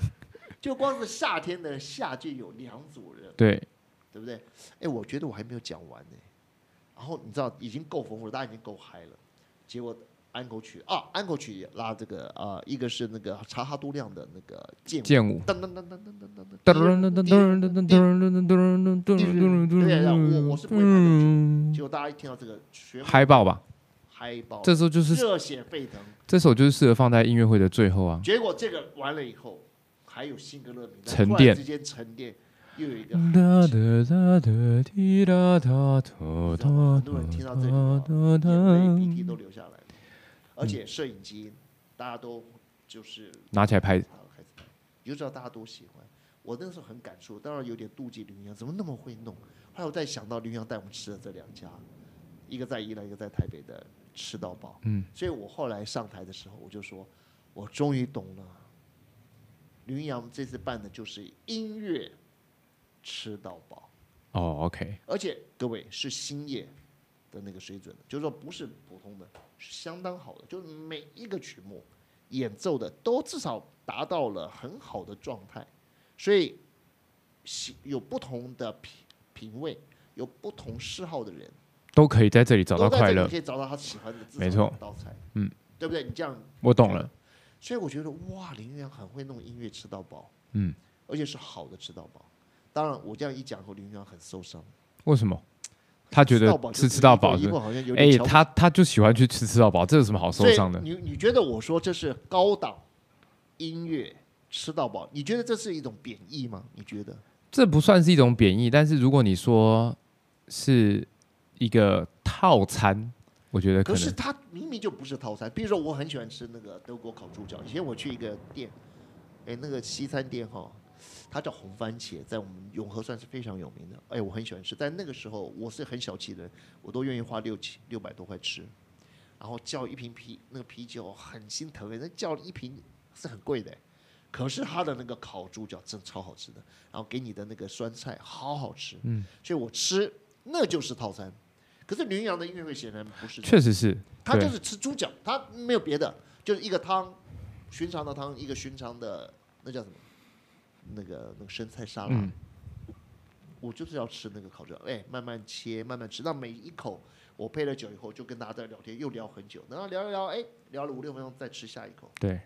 Speaker 2: 就光是夏天的夏就有两组人，
Speaker 1: 对，
Speaker 2: 对不对？哎，我觉得我还没有讲完呢。然后你知道已经够丰富了，大家已经够嗨了。结果安口曲啊，安口曲拉这个啊、呃一个是那个查哈都亮的那个剑舞，
Speaker 1: 剑舞。
Speaker 2: 噔噔噔噔噔噔噔对啊，我我是不会弹的
Speaker 1: 嗯，
Speaker 2: 结果大家一听到这个，全部
Speaker 1: 嗨爆吧！
Speaker 2: 嗨爆，
Speaker 1: 这时候就是
Speaker 2: 热血沸腾。
Speaker 1: 这首就是适合放在音乐会的最后啊。
Speaker 2: 结果这个完了以后，还有辛格勒名单
Speaker 1: 沉
Speaker 2: 突然
Speaker 1: 淀
Speaker 2: 之间沉淀，又有一个
Speaker 1: 哒哒哒哒滴哒哒哒
Speaker 2: 很多人听到这里哦
Speaker 1: 哒
Speaker 2: 眼泪、鼻涕都流下来了，而且摄影机大家都就是
Speaker 1: 拿起来拍，
Speaker 2: 好开始拍，你就知道大家多喜欢。我那个时候很感触，当然有点妒忌林阳怎么那么会弄。后来我再想到林阳带我们吃的这两家，一个在宜兰，一个在台北的吃到饱。嗯，所以我后来上台的时候，我就说，我终于懂了，林阳这次办的就是音乐吃到饱。
Speaker 1: 哦，OK，
Speaker 2: 而且各位是兴业的那个水准的，就是说不是普通的，是相当好的，就是每一个曲目演奏的都至少达到了很好的状态，所以喜有不同的品品味，有不同嗜好的人，
Speaker 1: 都可以在这里找
Speaker 2: 都
Speaker 1: 到
Speaker 2: 在这
Speaker 1: 快
Speaker 2: 里
Speaker 1: 乐。
Speaker 2: 可以找到他喜欢的自
Speaker 1: 没
Speaker 2: 己
Speaker 1: 错
Speaker 2: 的道菜，嗯，对不对？你这样
Speaker 1: 我懂了，
Speaker 2: 所以我觉得哇，林元很会弄音乐吃到饱，
Speaker 1: 嗯，
Speaker 2: 而且是好的吃到饱。当然，我这样一讲后，林元很受伤。
Speaker 1: 为什么？他觉得吃吃到饱
Speaker 2: 一
Speaker 1: 的，
Speaker 2: 共好像有
Speaker 1: 哎
Speaker 2: 点，瞧不
Speaker 1: 他他就喜欢去吃吃到饱，这有什么好受
Speaker 2: 所以
Speaker 1: 伤的？
Speaker 2: 你你觉得我说这是高档音乐吃到饱？你觉得这是一种贬义吗？你觉得？
Speaker 1: 这不算是一种贬义，但是如果你说是一个套餐，我觉得可
Speaker 2: 可
Speaker 1: 能
Speaker 2: 是它明明就不是套餐。比如说，我很喜欢吃那个德国烤猪脚。以前我去一个店，哎，那个西餐店哈、它叫红番茄，在我们永和算是非常有名的。哎，我很喜欢吃，但那个时候我是很小气的人，我都愿意花六七六百多块吃，然后叫一瓶啤那个啤酒很心疼哎，那叫一瓶是很贵的哎。可是它的那个烤猪脚真的超好吃的，然后给你的那个酸菜好好吃，嗯，所以我吃那就是套餐。可是云阳的音乐会显然不是这样，
Speaker 1: 确实是，
Speaker 2: 他
Speaker 1: 对
Speaker 2: 就是吃猪脚，他没有别的，就是一个汤，寻常的汤，一个寻常的那叫什么？那个那个生菜沙拉。
Speaker 1: 嗯
Speaker 2: 我就是要吃那个烤猪脚，哎，慢慢切，慢慢吃，到每一口我配了酒以后，就跟大家在聊天，又聊很久，然后聊一聊，哎，聊了五六分钟，再吃下一口。
Speaker 1: 对，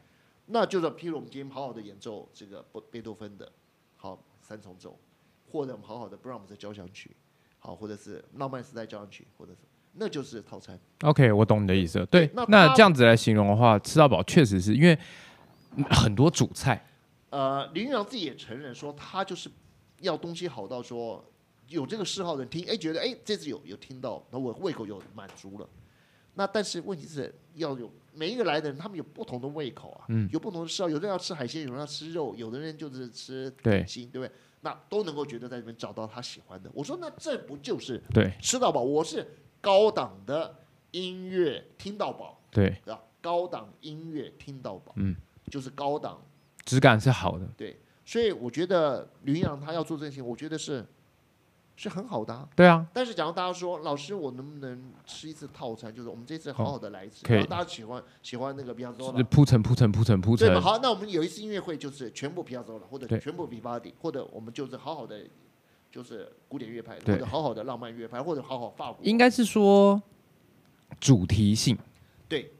Speaker 2: 那就是，譬如我们今天好好的演奏这个贝贝多芬的，好三重奏，或者我们好好的布拉姆斯交响曲，好，或者是浪漫时代交响曲，或者是那就是套餐。
Speaker 1: OK，我懂你的意思了。对，
Speaker 2: 那
Speaker 1: 那
Speaker 2: 他
Speaker 1: 这样子来形容的话，吃到饱确实是因为嗯很多主菜，
Speaker 2: 呃，林阳自己也承认说，他就是要东西好到说有这个嗜好的人听，哎，觉得哎这次有有听到，那我胃口有满足了。那但是问题是要有每一个来的人，他们有不同的胃口啊，有不同的嗜好，有的人要吃海鲜，有人要吃肉，有的人就是吃
Speaker 1: 对
Speaker 2: 点心，对不对？那都能够觉得在里面找到他喜欢的。我说那这不就是
Speaker 1: 对
Speaker 2: 吃到饱？我是高档的音乐听到饱，
Speaker 1: 对，
Speaker 2: 对吧？高档音乐听到饱，嗯，就是高档
Speaker 1: 质感是好的，
Speaker 2: 对，所以我觉得吕阳他要做这件事情，我觉得是是很好的、啊。
Speaker 1: 对啊，
Speaker 2: 但是，假如大家说，老师，我能不能吃一次套餐？就是我们这次好好的来一次，
Speaker 1: 可以
Speaker 2: 然后大家喜欢喜欢那个比方说
Speaker 1: 是铺陈铺陈铺陈铺
Speaker 2: 对吧？
Speaker 1: 陈，
Speaker 2: 好，那我们有一次音乐会就是全部皮亚佐了，或者
Speaker 1: 对
Speaker 2: 全部比巴迪，或者我们就是好好的就是古典乐派，
Speaker 1: 对
Speaker 2: 或者好好的浪漫乐派，或者好好法国。
Speaker 1: 应该是说主题性
Speaker 2: 对，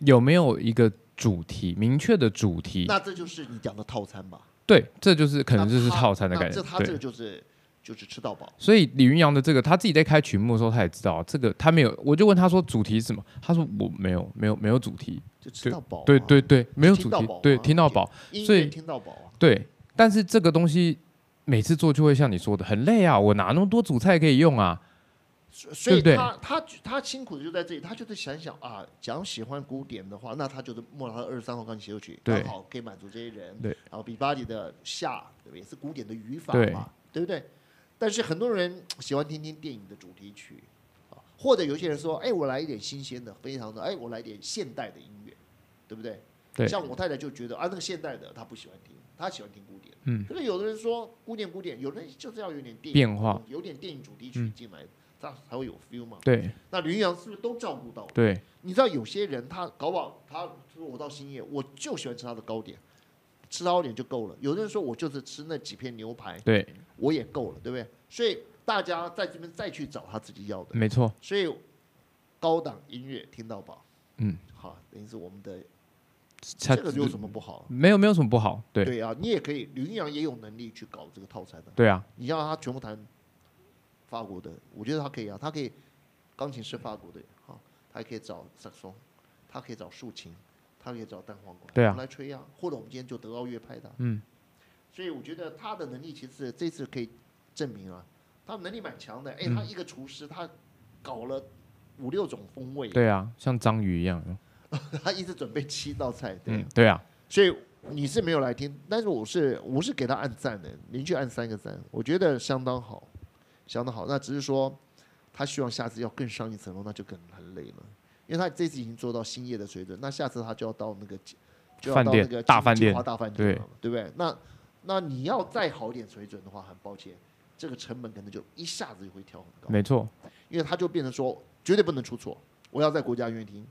Speaker 1: 有没有一个主题明确的主题？
Speaker 2: 那这就是你讲的套餐吧？
Speaker 1: 对，这就是可能就是
Speaker 2: 那他
Speaker 1: 套餐的
Speaker 2: 那
Speaker 1: 概念
Speaker 2: 这他。这
Speaker 1: 对
Speaker 2: 个，就是就是吃到饱，
Speaker 1: 所以李云阳的这个他自己在开曲目的时候，他也知道啊这个他没有，我就问他说主题是什么，他说我没有没有没有主题，
Speaker 2: 就吃到饱、啊。
Speaker 1: 对对，对，没有
Speaker 2: 听
Speaker 1: 主
Speaker 2: 到
Speaker 1: 题
Speaker 2: 饱，
Speaker 1: 对，
Speaker 2: 嘛
Speaker 1: 听到
Speaker 2: 而且
Speaker 1: 饱，
Speaker 2: 音
Speaker 1: 所以
Speaker 2: 乐听到饱啊。
Speaker 1: 对，但是这个东西每次做就会像你说的很累啊，我哪那么多主菜可以用啊？
Speaker 2: 所所以
Speaker 1: 对不对
Speaker 2: 他他他辛苦的就在这里，他就是想想啊，假如喜欢古典的话，那他就是莫扎特二十三号钢琴协奏曲，
Speaker 1: 对
Speaker 2: 刚好可以满足这些人。
Speaker 1: 对，
Speaker 2: 然后比巴里的夏，对不对？也是古典的语法
Speaker 1: 对
Speaker 2: 嘛，对不对？但是很多人喜欢听听电影的主题曲，啊，或者有些人说，哎，我来一点新鲜的，非常的，哎，我来一点现代的音乐，对不对？
Speaker 1: 对
Speaker 2: 像我太太就觉得啊，那个现代的她不喜欢听，她喜欢听古典。
Speaker 1: 嗯。
Speaker 2: 可是有的人说古典古典，有的人就是要有点电影
Speaker 1: 变化，嗯
Speaker 2: 有点电影主题曲进来，这样才会有 feel 嘛。
Speaker 1: 对
Speaker 2: 那吕阳是不是都照顾到了？
Speaker 1: 对，
Speaker 2: 你知道有些人他搞不好他说我到兴业，我就喜欢吃他的糕点，吃糕点就够了。有的人说我就是吃那几片牛排，
Speaker 1: 对，
Speaker 2: 我也够了，对不对？所以大家在这边再去找他自己要的。
Speaker 1: 没错，
Speaker 2: 所以高档音乐听到饱，
Speaker 1: 嗯，
Speaker 2: 好，等于是我们的
Speaker 1: 他
Speaker 2: 这个有什么不好？
Speaker 1: 没有没有什么不好，对
Speaker 2: 对啊，你也可以，吕阳也有能力去搞这个套餐的、
Speaker 1: 对啊，
Speaker 2: 你让他全部弹法国的，我觉得他可以啊，他可以钢琴是法国的，好、他还可以找萨克斯风，他可以找竖琴，他可以找单簧管，
Speaker 1: 对啊
Speaker 2: 我们来吹啊，或者我们今天就德奥乐派的、
Speaker 1: 嗯，
Speaker 2: 所以我觉得他的能力其实这次可以证明啊，他能力蛮强的，哎，
Speaker 1: 嗯
Speaker 2: 他一个厨师，他搞了五六种风味，
Speaker 1: 对啊，像章鱼一样，
Speaker 2: 他一直准备七道菜，对，
Speaker 1: 嗯，对啊，
Speaker 2: 所以你是没有来听，但是我是我是给他按赞的，连续按三个赞，我觉得相当好，相当好。那只是说他希望下次要更上一层楼，那就更很累了，因为他这次已经做到兴业的水准，那下次他就要到那个就要
Speaker 1: 饭
Speaker 2: 到
Speaker 1: 店
Speaker 2: 那个
Speaker 1: 大
Speaker 2: 金
Speaker 1: 饭
Speaker 2: 金
Speaker 1: 店
Speaker 2: 华大饭店了嘛，对不对？那那你要再好一点水准的话，很抱歉，这个成本可能就一下子就会跳很高。
Speaker 1: 没错，
Speaker 2: 因为他就变成说绝对不能出错，我要在国家音乐厅，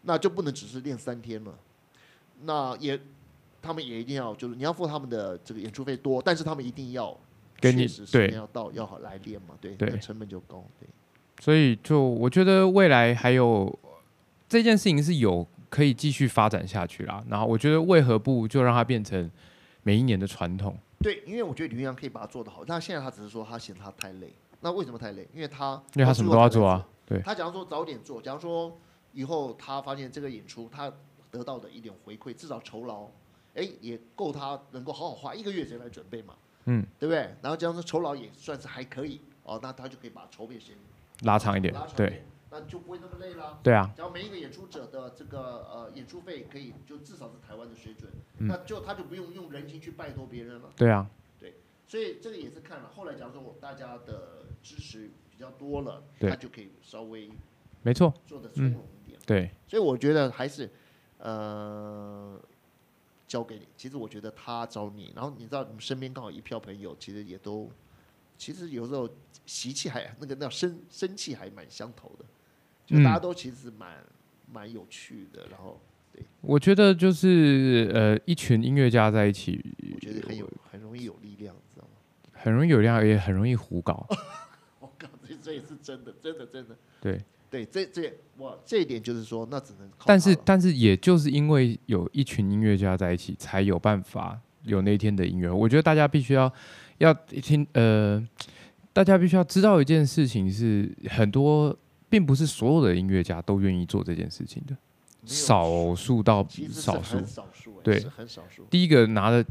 Speaker 2: 那就不能只是练三天了，那也他们也一定要就是你要付他们的这个演出费多，但是他们一定要
Speaker 1: 给你
Speaker 2: 确实时
Speaker 1: 对
Speaker 2: 间要到要好来练嘛，对，
Speaker 1: 对
Speaker 2: 那成本就高，对，
Speaker 1: 所以就我觉得未来还有这件事情是有可以继续发展下去啦。然后我觉得为何不就让它变成每一年的传统？
Speaker 2: 对，因为我觉得吕阳可以把它做得好，那现在他只是说他嫌他太累，那为什么太累？因为他
Speaker 1: 因为他什么都要做啊，对
Speaker 2: 他假如说早点做，假如说以后他发现这个演出他得到的一点回馈，至少酬劳，哎，也够他能够好好花一个月时间来准备嘛，
Speaker 1: 嗯，
Speaker 2: 对不对？然后假如说酬劳也算是还可以哦，那他就可以把筹备时间
Speaker 1: 拉长一点
Speaker 2: 拉，长
Speaker 1: 对，
Speaker 2: 那就不会那么累啦。
Speaker 1: 对啊，
Speaker 2: 只要每一个演出者的这个呃演出费可以就至少是台湾的水准，
Speaker 1: 嗯
Speaker 2: 那就他就不用用人情去拜托别人了。
Speaker 1: 对啊，
Speaker 2: 所以这个也是看了，后来假如说我大家的支持比较多了，
Speaker 1: 对
Speaker 2: 他就可以稍微
Speaker 1: 没错，
Speaker 2: 做的从容一点。
Speaker 1: 对，
Speaker 2: 所以我觉得还是，呃，交给你。其实我觉得他找你，然后你知道你们身边刚好一票朋友，其实也都，其实有时候习气还那个那生生气还蛮相投的，就
Speaker 1: 嗯
Speaker 2: 大家都其实蛮、蛮有趣的，然后
Speaker 1: 我觉得就是呃，一群音乐家在一起，
Speaker 2: 我觉得很有很容易有力量，你知道吗？
Speaker 1: 很容易有量，也很容易胡搞。
Speaker 2: 我靠，这这也是真的，真的真的。
Speaker 1: 对，
Speaker 2: 对，这这哇，这一点就是说，那只能靠
Speaker 1: 但
Speaker 2: 他
Speaker 1: 是
Speaker 2: 了
Speaker 1: 但是也就是因为有一群音乐家在一起，才有办法有那一天的音乐会。我觉得大家必须要要听呃，大家必须要知道一件事情是，很多并不是所有的音乐家都愿意做这件事情的，
Speaker 2: 没有
Speaker 1: 少数到
Speaker 2: 其实是
Speaker 1: 少数
Speaker 2: 很。少数、哎
Speaker 1: 对
Speaker 2: 是很少数，
Speaker 1: 第一个拿的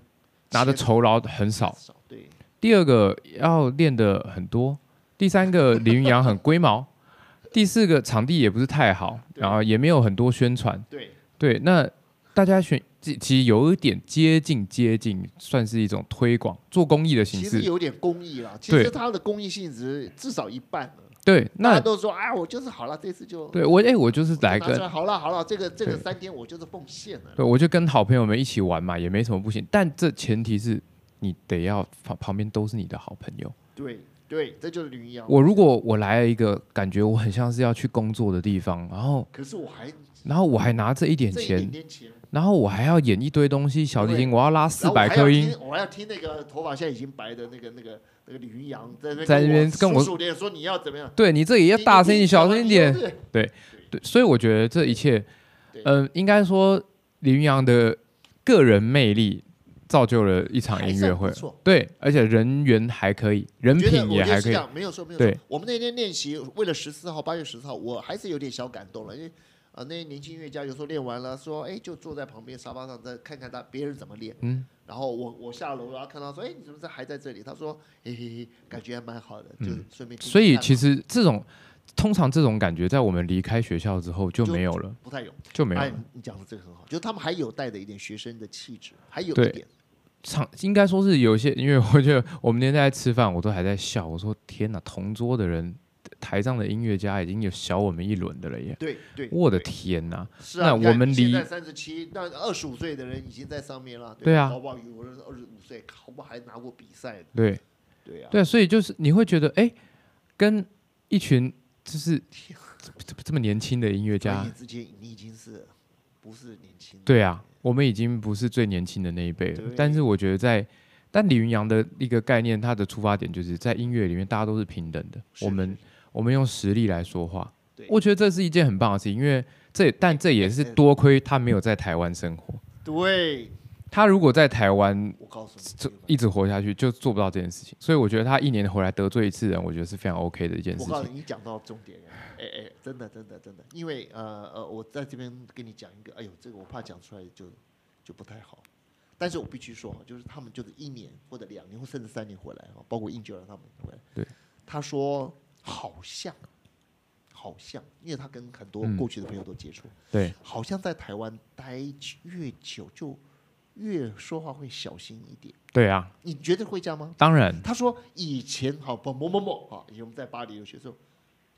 Speaker 1: 拿的
Speaker 2: 钱
Speaker 1: 酬劳很少，
Speaker 2: 少对。
Speaker 1: 第二个要练的很多，第三个李云阳很龟毛， 第四个场地也不是太好，
Speaker 2: 对
Speaker 1: 然后也没有很多宣传。
Speaker 2: 对，
Speaker 1: 对，那大家选其其实有一点接近接近，算是一种推广做公益的形
Speaker 2: 其实
Speaker 1: 式。
Speaker 2: 有点公益啦，其
Speaker 1: 对
Speaker 2: 实它的公益性质至少一半了。
Speaker 1: 对，
Speaker 2: 大家
Speaker 1: 那
Speaker 2: 都说，哎，我就是好了，这次就
Speaker 1: 对我哎、我就是
Speaker 2: 就
Speaker 1: 来
Speaker 2: 拿啊
Speaker 1: 跟
Speaker 2: 出来好了好了，这个这个
Speaker 1: 对
Speaker 2: 三天我就是奉献了。
Speaker 1: 对我就跟好朋友们一起玩嘛，也没什么不行。但这前提是你得要旁旁边都是你的好朋友，
Speaker 2: 对对，这就是啊林羊。
Speaker 1: 我如果我来了一个感觉我很像是要去工作的地方，然后
Speaker 2: 可是我还
Speaker 1: 然后我还拿这一点
Speaker 2: 这一点
Speaker 1: 钱，
Speaker 2: 点钱，
Speaker 1: 然后我还要演一堆东西，小提琴我要拉四
Speaker 2: 然后我
Speaker 1: 百
Speaker 2: 还要
Speaker 1: 颗音，
Speaker 2: 听，我还要听那个头发现在已经白的那个那个那个李云阳在那
Speaker 1: 在那边跟我
Speaker 2: 数数点说你要怎么样，
Speaker 1: 对你这也要大声一点，小声一点。
Speaker 2: 对
Speaker 1: 对，所以我觉得这一切，
Speaker 2: 对
Speaker 1: 嗯、应该说林云阳的个人魅力造就了一场音乐会
Speaker 2: 还算不错，
Speaker 1: 对，而且人缘还可以，人
Speaker 2: 觉得
Speaker 1: 品
Speaker 2: 我
Speaker 1: 也
Speaker 2: 觉得
Speaker 1: 还
Speaker 2: 是
Speaker 1: 可
Speaker 2: 这
Speaker 1: 以，
Speaker 2: 样，没有错，没有
Speaker 1: 对
Speaker 2: 错。我们那天练习，为了十四号，八月十四号，我还是有点小感动了，因为呃，那些年轻音乐家有时候练完了，说哎，就坐在旁边沙发上，再看看他别人怎么练。
Speaker 1: 嗯。
Speaker 2: 然后我我下楼，然后看到说，哎，你怎么在还在这里？他说，嘿嘿嘿，感觉还蛮好的，就
Speaker 1: 嗯
Speaker 2: 顺便听听看嘛。
Speaker 1: 所以其实这种通常这种感觉，在我们离开学校之后就
Speaker 2: 就
Speaker 1: 没有了，
Speaker 2: 不太有。
Speaker 1: 就没有
Speaker 2: 哎
Speaker 1: 了。，
Speaker 2: 你讲的这个很好，就他们还有带着一点学生的气质，还有
Speaker 1: 对
Speaker 2: 一点。
Speaker 1: 常应该说是有一些，因为我觉得我们那天在吃饭，我都还在笑，我说天哪，同桌的人。台上的音乐家已经有小我们一轮的了耶！
Speaker 2: 对对，
Speaker 1: 我的
Speaker 2: 对
Speaker 1: 天哪，
Speaker 2: 是啊，
Speaker 1: 那
Speaker 2: 你看
Speaker 1: 我们离
Speaker 2: 现在三十七，那二十五岁的人已经在上面了。
Speaker 1: 对啊
Speaker 2: 搞不好有人二十五岁，搞不好还拿过比赛。
Speaker 1: 对，
Speaker 2: 对啊，
Speaker 1: 对，所以就是你会觉得，哎、跟一群就是这这么年轻的音乐
Speaker 2: 转
Speaker 1: 家
Speaker 2: 眼，之间你已经是不是年轻人？
Speaker 1: 对啊，我们已经不是最年轻的那一辈了
Speaker 2: 对。
Speaker 1: 但是我觉得在，但李云阳的一个概念，他的出发点就是在音乐里面大家都是平等的，
Speaker 2: 是，
Speaker 1: 我们
Speaker 2: 是
Speaker 1: 我们用实力来说话
Speaker 2: 对。
Speaker 1: 我觉得这是一件很棒的事情，因为这但这也是
Speaker 2: 对
Speaker 1: 多亏他没有在台湾生活。
Speaker 2: 对，
Speaker 1: 他如果在台湾
Speaker 2: 我告诉你，
Speaker 1: 这
Speaker 2: 这个
Speaker 1: 一直活下去，就做不到这件事情。所以我觉得他一年回来得罪一次人，我觉得是非常 OK 的一件事
Speaker 2: 我
Speaker 1: 情
Speaker 2: 告。诉你，你讲到重 点了，哎哎，真的真的真的，因为呃呃，我在这边跟你讲一个，哎呦，这个我怕讲出来就就不太好，但是我必须说，就是他们就是一年或者两年或甚至三年回来啊，包括英九让他们回来，
Speaker 1: 对，
Speaker 2: 他说好像好像，因为他跟很多
Speaker 1: 嗯
Speaker 2: 过去的朋友都接触，
Speaker 1: 对，
Speaker 2: 好像在台湾待越久就越说话会小心一点，
Speaker 1: 对啊，
Speaker 2: 你觉得会这样吗？
Speaker 1: 当然。
Speaker 2: 他说以前好不某某某啊，以前我们在巴黎留学的时候，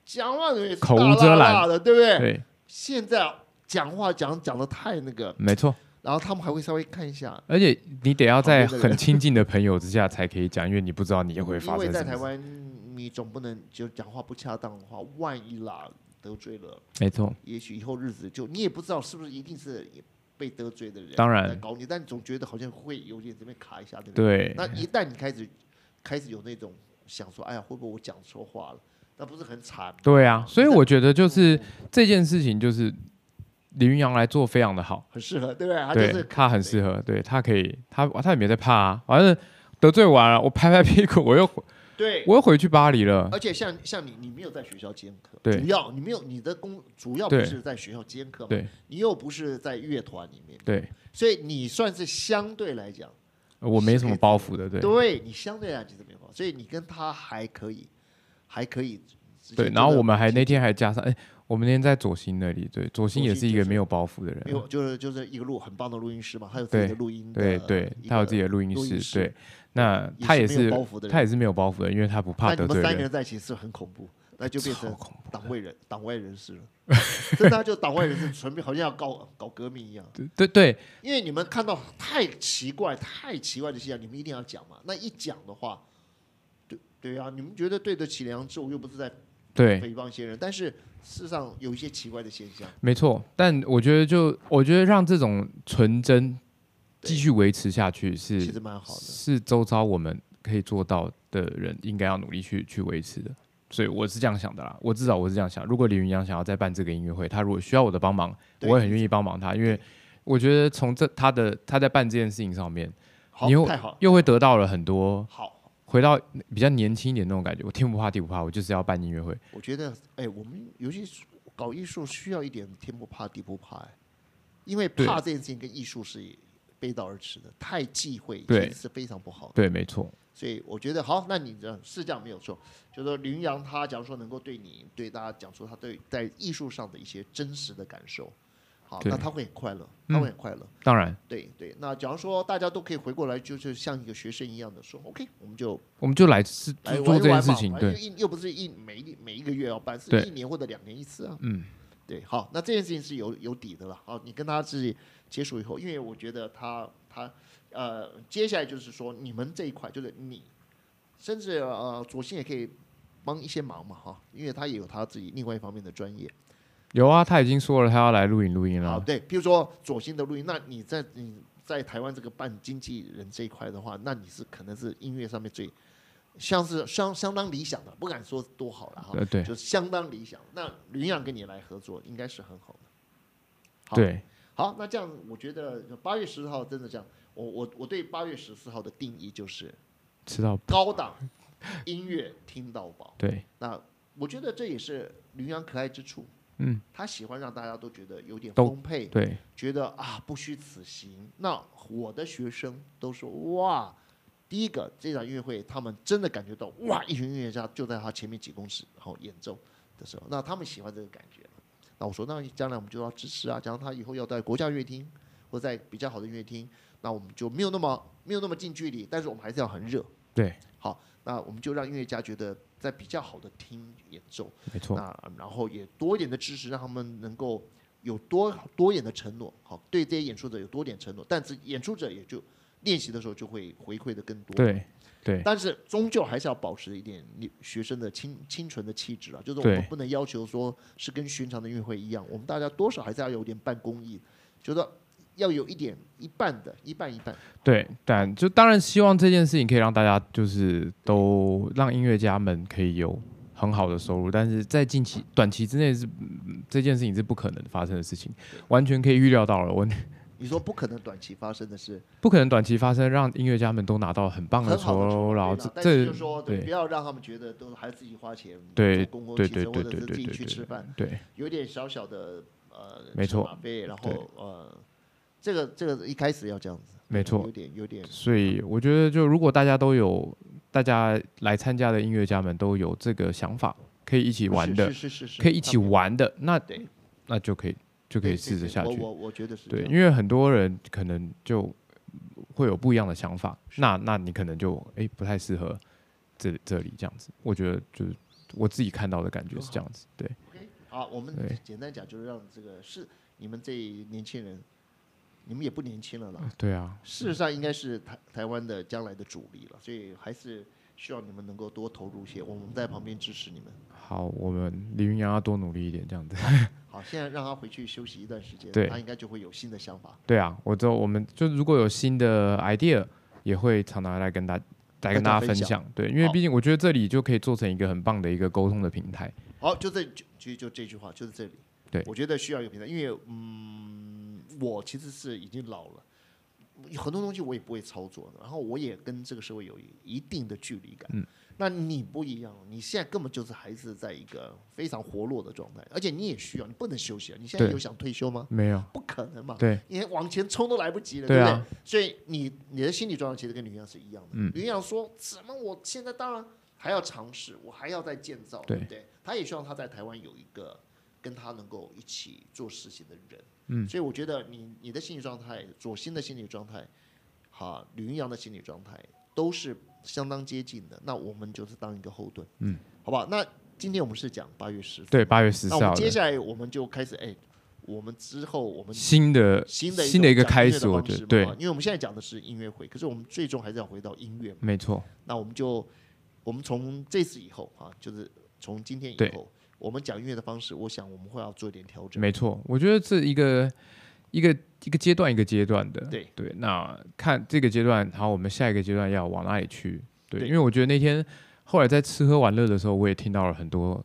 Speaker 2: 讲话也是
Speaker 1: 口无
Speaker 2: 大辣
Speaker 1: 遮拦
Speaker 2: 辣的，对不对？
Speaker 1: 对，
Speaker 2: 现在讲话讲讲的太那个，
Speaker 1: 没错。
Speaker 2: 然后他们还会稍微看一下，
Speaker 1: 而且你得要在
Speaker 2: 旁边的
Speaker 1: 很
Speaker 2: 人
Speaker 1: 亲近的朋友之下才可以讲，因为你不知道你会发
Speaker 2: 因为
Speaker 1: 生
Speaker 2: 在
Speaker 1: 什
Speaker 2: 台
Speaker 1: 么事。
Speaker 2: 湾你总不能就讲话不恰当的话，万一啦得罪了，
Speaker 1: 没错，
Speaker 2: 也许以后日子就你也不知道是不是一定是被得罪的人
Speaker 1: 当然
Speaker 2: 来搞你，但你总觉得好像会有点这边卡一下，对不对？
Speaker 1: 对，
Speaker 2: 那一旦你开始开始有那种想说，哎呀，会不会我讲错话了？那不是很惨？
Speaker 1: 对啊。所以我觉得就
Speaker 2: 嗯
Speaker 1: 是
Speaker 2: 嗯
Speaker 1: 这件事情，就是李云阳来做非常的好，
Speaker 2: 很适合，对不对？他就
Speaker 1: 对
Speaker 2: 是
Speaker 1: 他很适合，对他可以，他他也没在怕啊，反正得罪完了，我拍拍屁股， 我又回
Speaker 2: 对，
Speaker 1: 我又回去巴黎了。
Speaker 2: 而且像像你，你没有在学校兼课，
Speaker 1: 对
Speaker 2: 主要你没有你的工，主要不
Speaker 1: 对
Speaker 2: 是在学校兼课嘛，
Speaker 1: 对
Speaker 2: 你又不是在乐团里面，
Speaker 1: 对，
Speaker 2: 所以你算是相对来讲，
Speaker 1: 我没什么包袱的，对
Speaker 2: 对你相对来讲怎么样？所以你跟他还可以，还可以直接
Speaker 1: 对。
Speaker 2: 就
Speaker 1: 然后
Speaker 2: 是
Speaker 1: 我们还那天还加上，哎，我们那天在左心那里，对，左心也是一个没有包袱的
Speaker 2: 没有
Speaker 1: 人，
Speaker 2: 就是就是一个录很棒的录音师嘛，他有自己
Speaker 1: 对
Speaker 2: 的录音的
Speaker 1: 对对，他有自己
Speaker 2: 的
Speaker 1: 的录音
Speaker 2: 录音
Speaker 1: 室，
Speaker 2: 室
Speaker 1: 对。那
Speaker 2: 一个
Speaker 1: 他也
Speaker 2: 没
Speaker 1: 是
Speaker 2: 有包袱的
Speaker 1: 他
Speaker 2: 人，
Speaker 1: 也是没有包袱的，因为他不怕
Speaker 2: 那
Speaker 1: 得
Speaker 2: 你
Speaker 1: 罪
Speaker 2: 们三个
Speaker 1: 人，
Speaker 2: 人在一起是很恐怖，那就变
Speaker 1: 超
Speaker 2: 成
Speaker 1: 恐怖。
Speaker 2: 党外人、党外人士了， 真的啊就党外人士，纯粹好像要搞搞革命一样。
Speaker 1: 对对对
Speaker 2: 因为你们看到太奇怪、太奇怪的现象，你们一定要讲嘛。那一讲的话，对对啊，你们觉得对得起良知，我又不是在
Speaker 1: 对，
Speaker 2: 诽谤一些人，但是事实上有一些奇怪的现象。
Speaker 1: 没错。但我觉得就我觉得让这种纯真
Speaker 2: 对
Speaker 1: 继续维持下去
Speaker 2: 其
Speaker 1: 是
Speaker 2: 实蛮好的，
Speaker 1: 是周遭我们可以做到的人应该要努力去去维持的。所以我是这样想的啦，我至少我是这样想。如果李云阳想要再办这个音乐会，他如果需要我的帮忙，
Speaker 2: 对
Speaker 1: 我会很愿意帮忙他，因为我觉得从这他的他在办这件事情上面，
Speaker 2: 好
Speaker 1: 你又，
Speaker 2: 太好了，
Speaker 1: 又会得到了很多
Speaker 2: 好，
Speaker 1: 回到比较年轻一点那种感觉。我天不怕地不怕，我就是要办音乐会。
Speaker 2: 我觉得，哎，我们尤其是搞艺术需要一点天不怕地不怕，哎，因为
Speaker 1: 对
Speaker 2: 怕这件事情跟艺术是背道而驰的，太忌讳其
Speaker 1: 对
Speaker 2: 实是非常不好的。
Speaker 1: 对，没错。
Speaker 2: 所以我觉得好，那你这是这样没有错，就是说林阳他假如说能够对你对大家讲出他对在艺术上的一些真实的感受，好，
Speaker 1: 对
Speaker 2: 那他会很快乐，他会很快乐。
Speaker 1: 当然，
Speaker 2: 对对，那假如说大家都可以回过来，就是像一个学生一样的说，OK，我们就
Speaker 1: 我们就来是
Speaker 2: 来
Speaker 1: 做
Speaker 2: 玩
Speaker 1: 做
Speaker 2: 一
Speaker 1: 这件
Speaker 2: 哎玩
Speaker 1: 事
Speaker 2: 嘛，
Speaker 1: 情，
Speaker 2: 反正
Speaker 1: 对，
Speaker 2: 一又不是一每一每一个月要办，是
Speaker 1: 对
Speaker 2: 一年或者两年一次啊。
Speaker 1: 嗯，
Speaker 2: 对，好，那这件事情是有有底的了。好，你跟他自己接触以后，因为我觉得他他呃，接下来就是说你们这一块，就是你甚至呃，左心也可以帮一些忙嘛哈，因为他也有他自己另外一方面的专业。
Speaker 1: 有啊，他已经说了他要来录影录音
Speaker 2: 好，
Speaker 1: 了。
Speaker 2: 对，譬如说左心的录音，那你在你在台湾这个办经纪人这一块的话，那你是可能是音乐上面最像是相相当理想的，不敢说多好了哈，
Speaker 1: 呃，对
Speaker 2: 就相当理想。那吕阳跟你来合作，应该是很好的。好
Speaker 1: 对，
Speaker 2: 好，那这样我觉得八月十号真的这样，我我我对八月十四号的定义就是
Speaker 1: 吃到
Speaker 2: 高档音乐听到饱。
Speaker 1: 对，
Speaker 2: 那我觉得这也是吕阳可爱之处，
Speaker 1: 嗯，
Speaker 2: 他喜欢让大家都觉得有点
Speaker 1: 都
Speaker 2: 丰沛，
Speaker 1: 对，
Speaker 2: 觉得啊不虚此行。那我的学生都说哇，第一个这场音乐会他们真的感觉到哇，一群音乐家就在他前面几公尺然后演奏的时候，那他们喜欢这个感觉。那我说那将来我们就要支持啊，假如他以后要在国家乐厅或在比较好的乐厅，那我们就没有那么没有那么近距离，但是我们还是要很热。
Speaker 1: 对，
Speaker 2: 好，那我们就让音乐家觉得在比较好的厅演奏。
Speaker 1: 没错，
Speaker 2: 那然后也多一点的支持，让他们能够有多多一点的承诺，好，对这些演出者有多点承诺，但是演出者也就练习的时候就会回馈的更多。，
Speaker 1: 对，对，
Speaker 2: 但是终究还是要保持一点你学生的清清纯的气质啊，就是我
Speaker 1: 对
Speaker 2: 们不能要求说是跟寻常的音乐会一样，我们大家多少还是要有点办公益，觉得要有一点一半的，一半一半。
Speaker 1: 对，但就当然希望这件事情可以让大家就是都让音乐家们可以有很好的收入，但是在近期短期之内是、嗯这件事情是不可能发生的事情，完全可以预料到了，我
Speaker 2: 你说不可能短期发生的是
Speaker 1: 不可能短期发生让音乐家们都拿到很棒
Speaker 2: 很好的
Speaker 1: 酬劳，
Speaker 2: 对
Speaker 1: 这
Speaker 2: 啦但是
Speaker 1: 这
Speaker 2: 就说对
Speaker 1: 对
Speaker 2: 不要让他们觉得都还自己花钱
Speaker 1: 对
Speaker 2: 坐公共
Speaker 1: 对
Speaker 2: 汽
Speaker 1: 对
Speaker 2: 车
Speaker 1: 对
Speaker 2: 或者
Speaker 1: 对
Speaker 2: 是自
Speaker 1: 对
Speaker 2: 己
Speaker 1: 对
Speaker 2: 去吃
Speaker 1: 对
Speaker 2: 饭，
Speaker 1: 对
Speaker 2: 有点小小的呃，
Speaker 1: 没错
Speaker 2: 车马费，然
Speaker 1: 对
Speaker 2: 后呃，这个这个一开始要这样子，
Speaker 1: 没错
Speaker 2: 有点有点
Speaker 1: 所以我觉得，就如果大家都有，大家来参加的音乐家们都有这个想法，可以一起玩的，
Speaker 2: 是是是是是，
Speaker 1: 可以一起
Speaker 2: 他们
Speaker 1: 玩的，那
Speaker 2: 对
Speaker 1: 那就可以就可以
Speaker 2: 对
Speaker 1: 试着
Speaker 2: 对
Speaker 1: 下
Speaker 2: 我
Speaker 1: 去。
Speaker 2: 我我觉得是
Speaker 1: 对，
Speaker 2: 这样
Speaker 1: 因为很多人可能就会有不一样的想法，那
Speaker 2: 嗯
Speaker 1: 那你可能就诶不太适合这这里这样子。我觉得就是我自己看到的感觉是这样子，对，
Speaker 2: OK，好，我们
Speaker 1: 对
Speaker 2: 简单讲就是让这个是你们这年轻人，你们也不年轻了啦，
Speaker 1: 对啊，
Speaker 2: 事实上应该是台台湾的将来的主力了，所以还是希望你们能够多投入一些，我们在旁边支持你们。
Speaker 1: 好，我们李云阳要多努力一点这样子。
Speaker 2: 好，现在让他回去休息一段时间
Speaker 1: 对，
Speaker 2: 他应该就会有新的想法。
Speaker 1: 对啊，我之后我们就如果有新的 idea，也会常常来跟大来跟大家分
Speaker 2: 大家
Speaker 1: 享。对，因为
Speaker 2: 好
Speaker 1: 毕竟我觉得这里就可以做成一个很棒的一个沟通的平台。
Speaker 2: 好，就这就就就这句话，就是这里。
Speaker 1: 对
Speaker 2: 我觉得需要一个平台，因为嗯，我其实是已经老了，很多东西我也不会操作，然后我也跟这个社会有一定的距离感。嗯，那你不一样，你现在根本就是还是在一个非常活络的状态，而且你也需要，你不能休息啊！你现在
Speaker 1: 对
Speaker 2: 有想退休吗？
Speaker 1: 没有，
Speaker 2: 不可能嘛！
Speaker 1: 对，
Speaker 2: 你往前冲都来不及了，
Speaker 1: 对
Speaker 2: 不
Speaker 1: 啊
Speaker 2: 对？所以你你的心理状态其实跟吕阳是一样的。
Speaker 1: 嗯
Speaker 2: 吕阳说：“怎么我现在当然还要尝试，我还要再建造，
Speaker 1: 对
Speaker 2: 对不对？”他也希望他在台湾有一个跟他能够一起做事情的人。
Speaker 1: 嗯，
Speaker 2: 所以我觉得你你的心理状态，左心的心理状态，哈，吕云阳的心理状态都是相当接近的。那我们就是当一个后盾，
Speaker 1: 嗯，
Speaker 2: 好不好？那今天我们是讲八月十，
Speaker 1: 对，八月十四
Speaker 2: 那我
Speaker 1: 号
Speaker 2: 们接
Speaker 1: 的
Speaker 2: 下来我们就开始，哎，我们之后我们
Speaker 1: 新的
Speaker 2: 新的
Speaker 1: 呃新的一个
Speaker 2: 种
Speaker 1: 开始，
Speaker 2: 讲音乐
Speaker 1: 我
Speaker 2: 的方
Speaker 1: 觉
Speaker 2: 式
Speaker 1: 得
Speaker 2: 嘛
Speaker 1: 对
Speaker 2: 哈，因为我们现在讲的是音乐会，可是我们最终还是要回到音乐嘛。
Speaker 1: 没错，
Speaker 2: 那我们就我们从这次以后啊，就是从今天
Speaker 1: 对
Speaker 2: 以后，我们讲音乐的方式，我想我们会要做一点调整。
Speaker 1: 没错。我觉得这一个一个一个阶段一个阶段的，
Speaker 2: 对
Speaker 1: 对。那看这个阶段，然后我们下一个阶段要往哪里去？对，
Speaker 2: 对
Speaker 1: 因为我觉得那天后来在吃喝玩乐的时候，我也听到了很多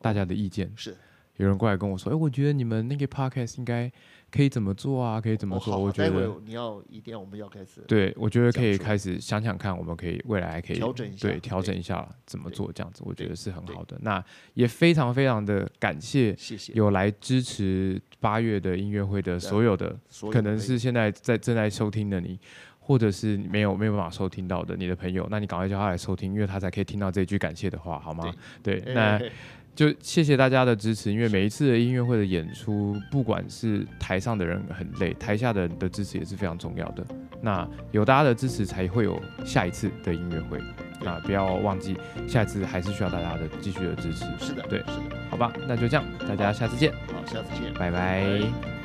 Speaker 1: 大家的意见。
Speaker 2: 是，
Speaker 1: 有人过来跟我说：“哎、我觉得你们那个 podcast 应该可以怎么做啊？可以怎么
Speaker 2: 哦
Speaker 1: 做？”
Speaker 2: 好
Speaker 1: 我
Speaker 2: 好
Speaker 1: 觉
Speaker 2: 待
Speaker 1: 得，
Speaker 2: 会你要一定要我们要开始
Speaker 1: 对，我觉得可以
Speaker 2: 讲出来
Speaker 1: 开始想想看，我们可以未来还可以
Speaker 2: 调整一下，
Speaker 1: 对调整，一下怎么
Speaker 2: 对
Speaker 1: 做，这样子我觉
Speaker 2: 对
Speaker 1: 得是很
Speaker 2: 对
Speaker 1: 好的。那也非常非常的感谢
Speaker 2: 谢谢。
Speaker 1: 有来支持八月的音乐会的啊所有的，
Speaker 2: 所有
Speaker 1: 可能
Speaker 2: 的
Speaker 1: 是现在在正在收听的你。或者是没有没有办法收听到的你的朋友，那你赶快叫他来收听，因为他才可以听到这句感谢的话，好吗？对，
Speaker 2: 哎
Speaker 1: 那
Speaker 2: 哎
Speaker 1: 就谢谢大家的支持，因为每一次的音乐会的演出，不管是台上的人很累，台下的人的支持也是非常重要的。那有大家的支持，才会有下一次的音乐会。那不要忘记，下一次还是需要大家的继续的支持，
Speaker 2: 是的，
Speaker 1: 对
Speaker 2: 是的。
Speaker 1: 好吧？那就这样，大家下次见，
Speaker 2: 好，下次见。
Speaker 1: 拜拜
Speaker 2: 拜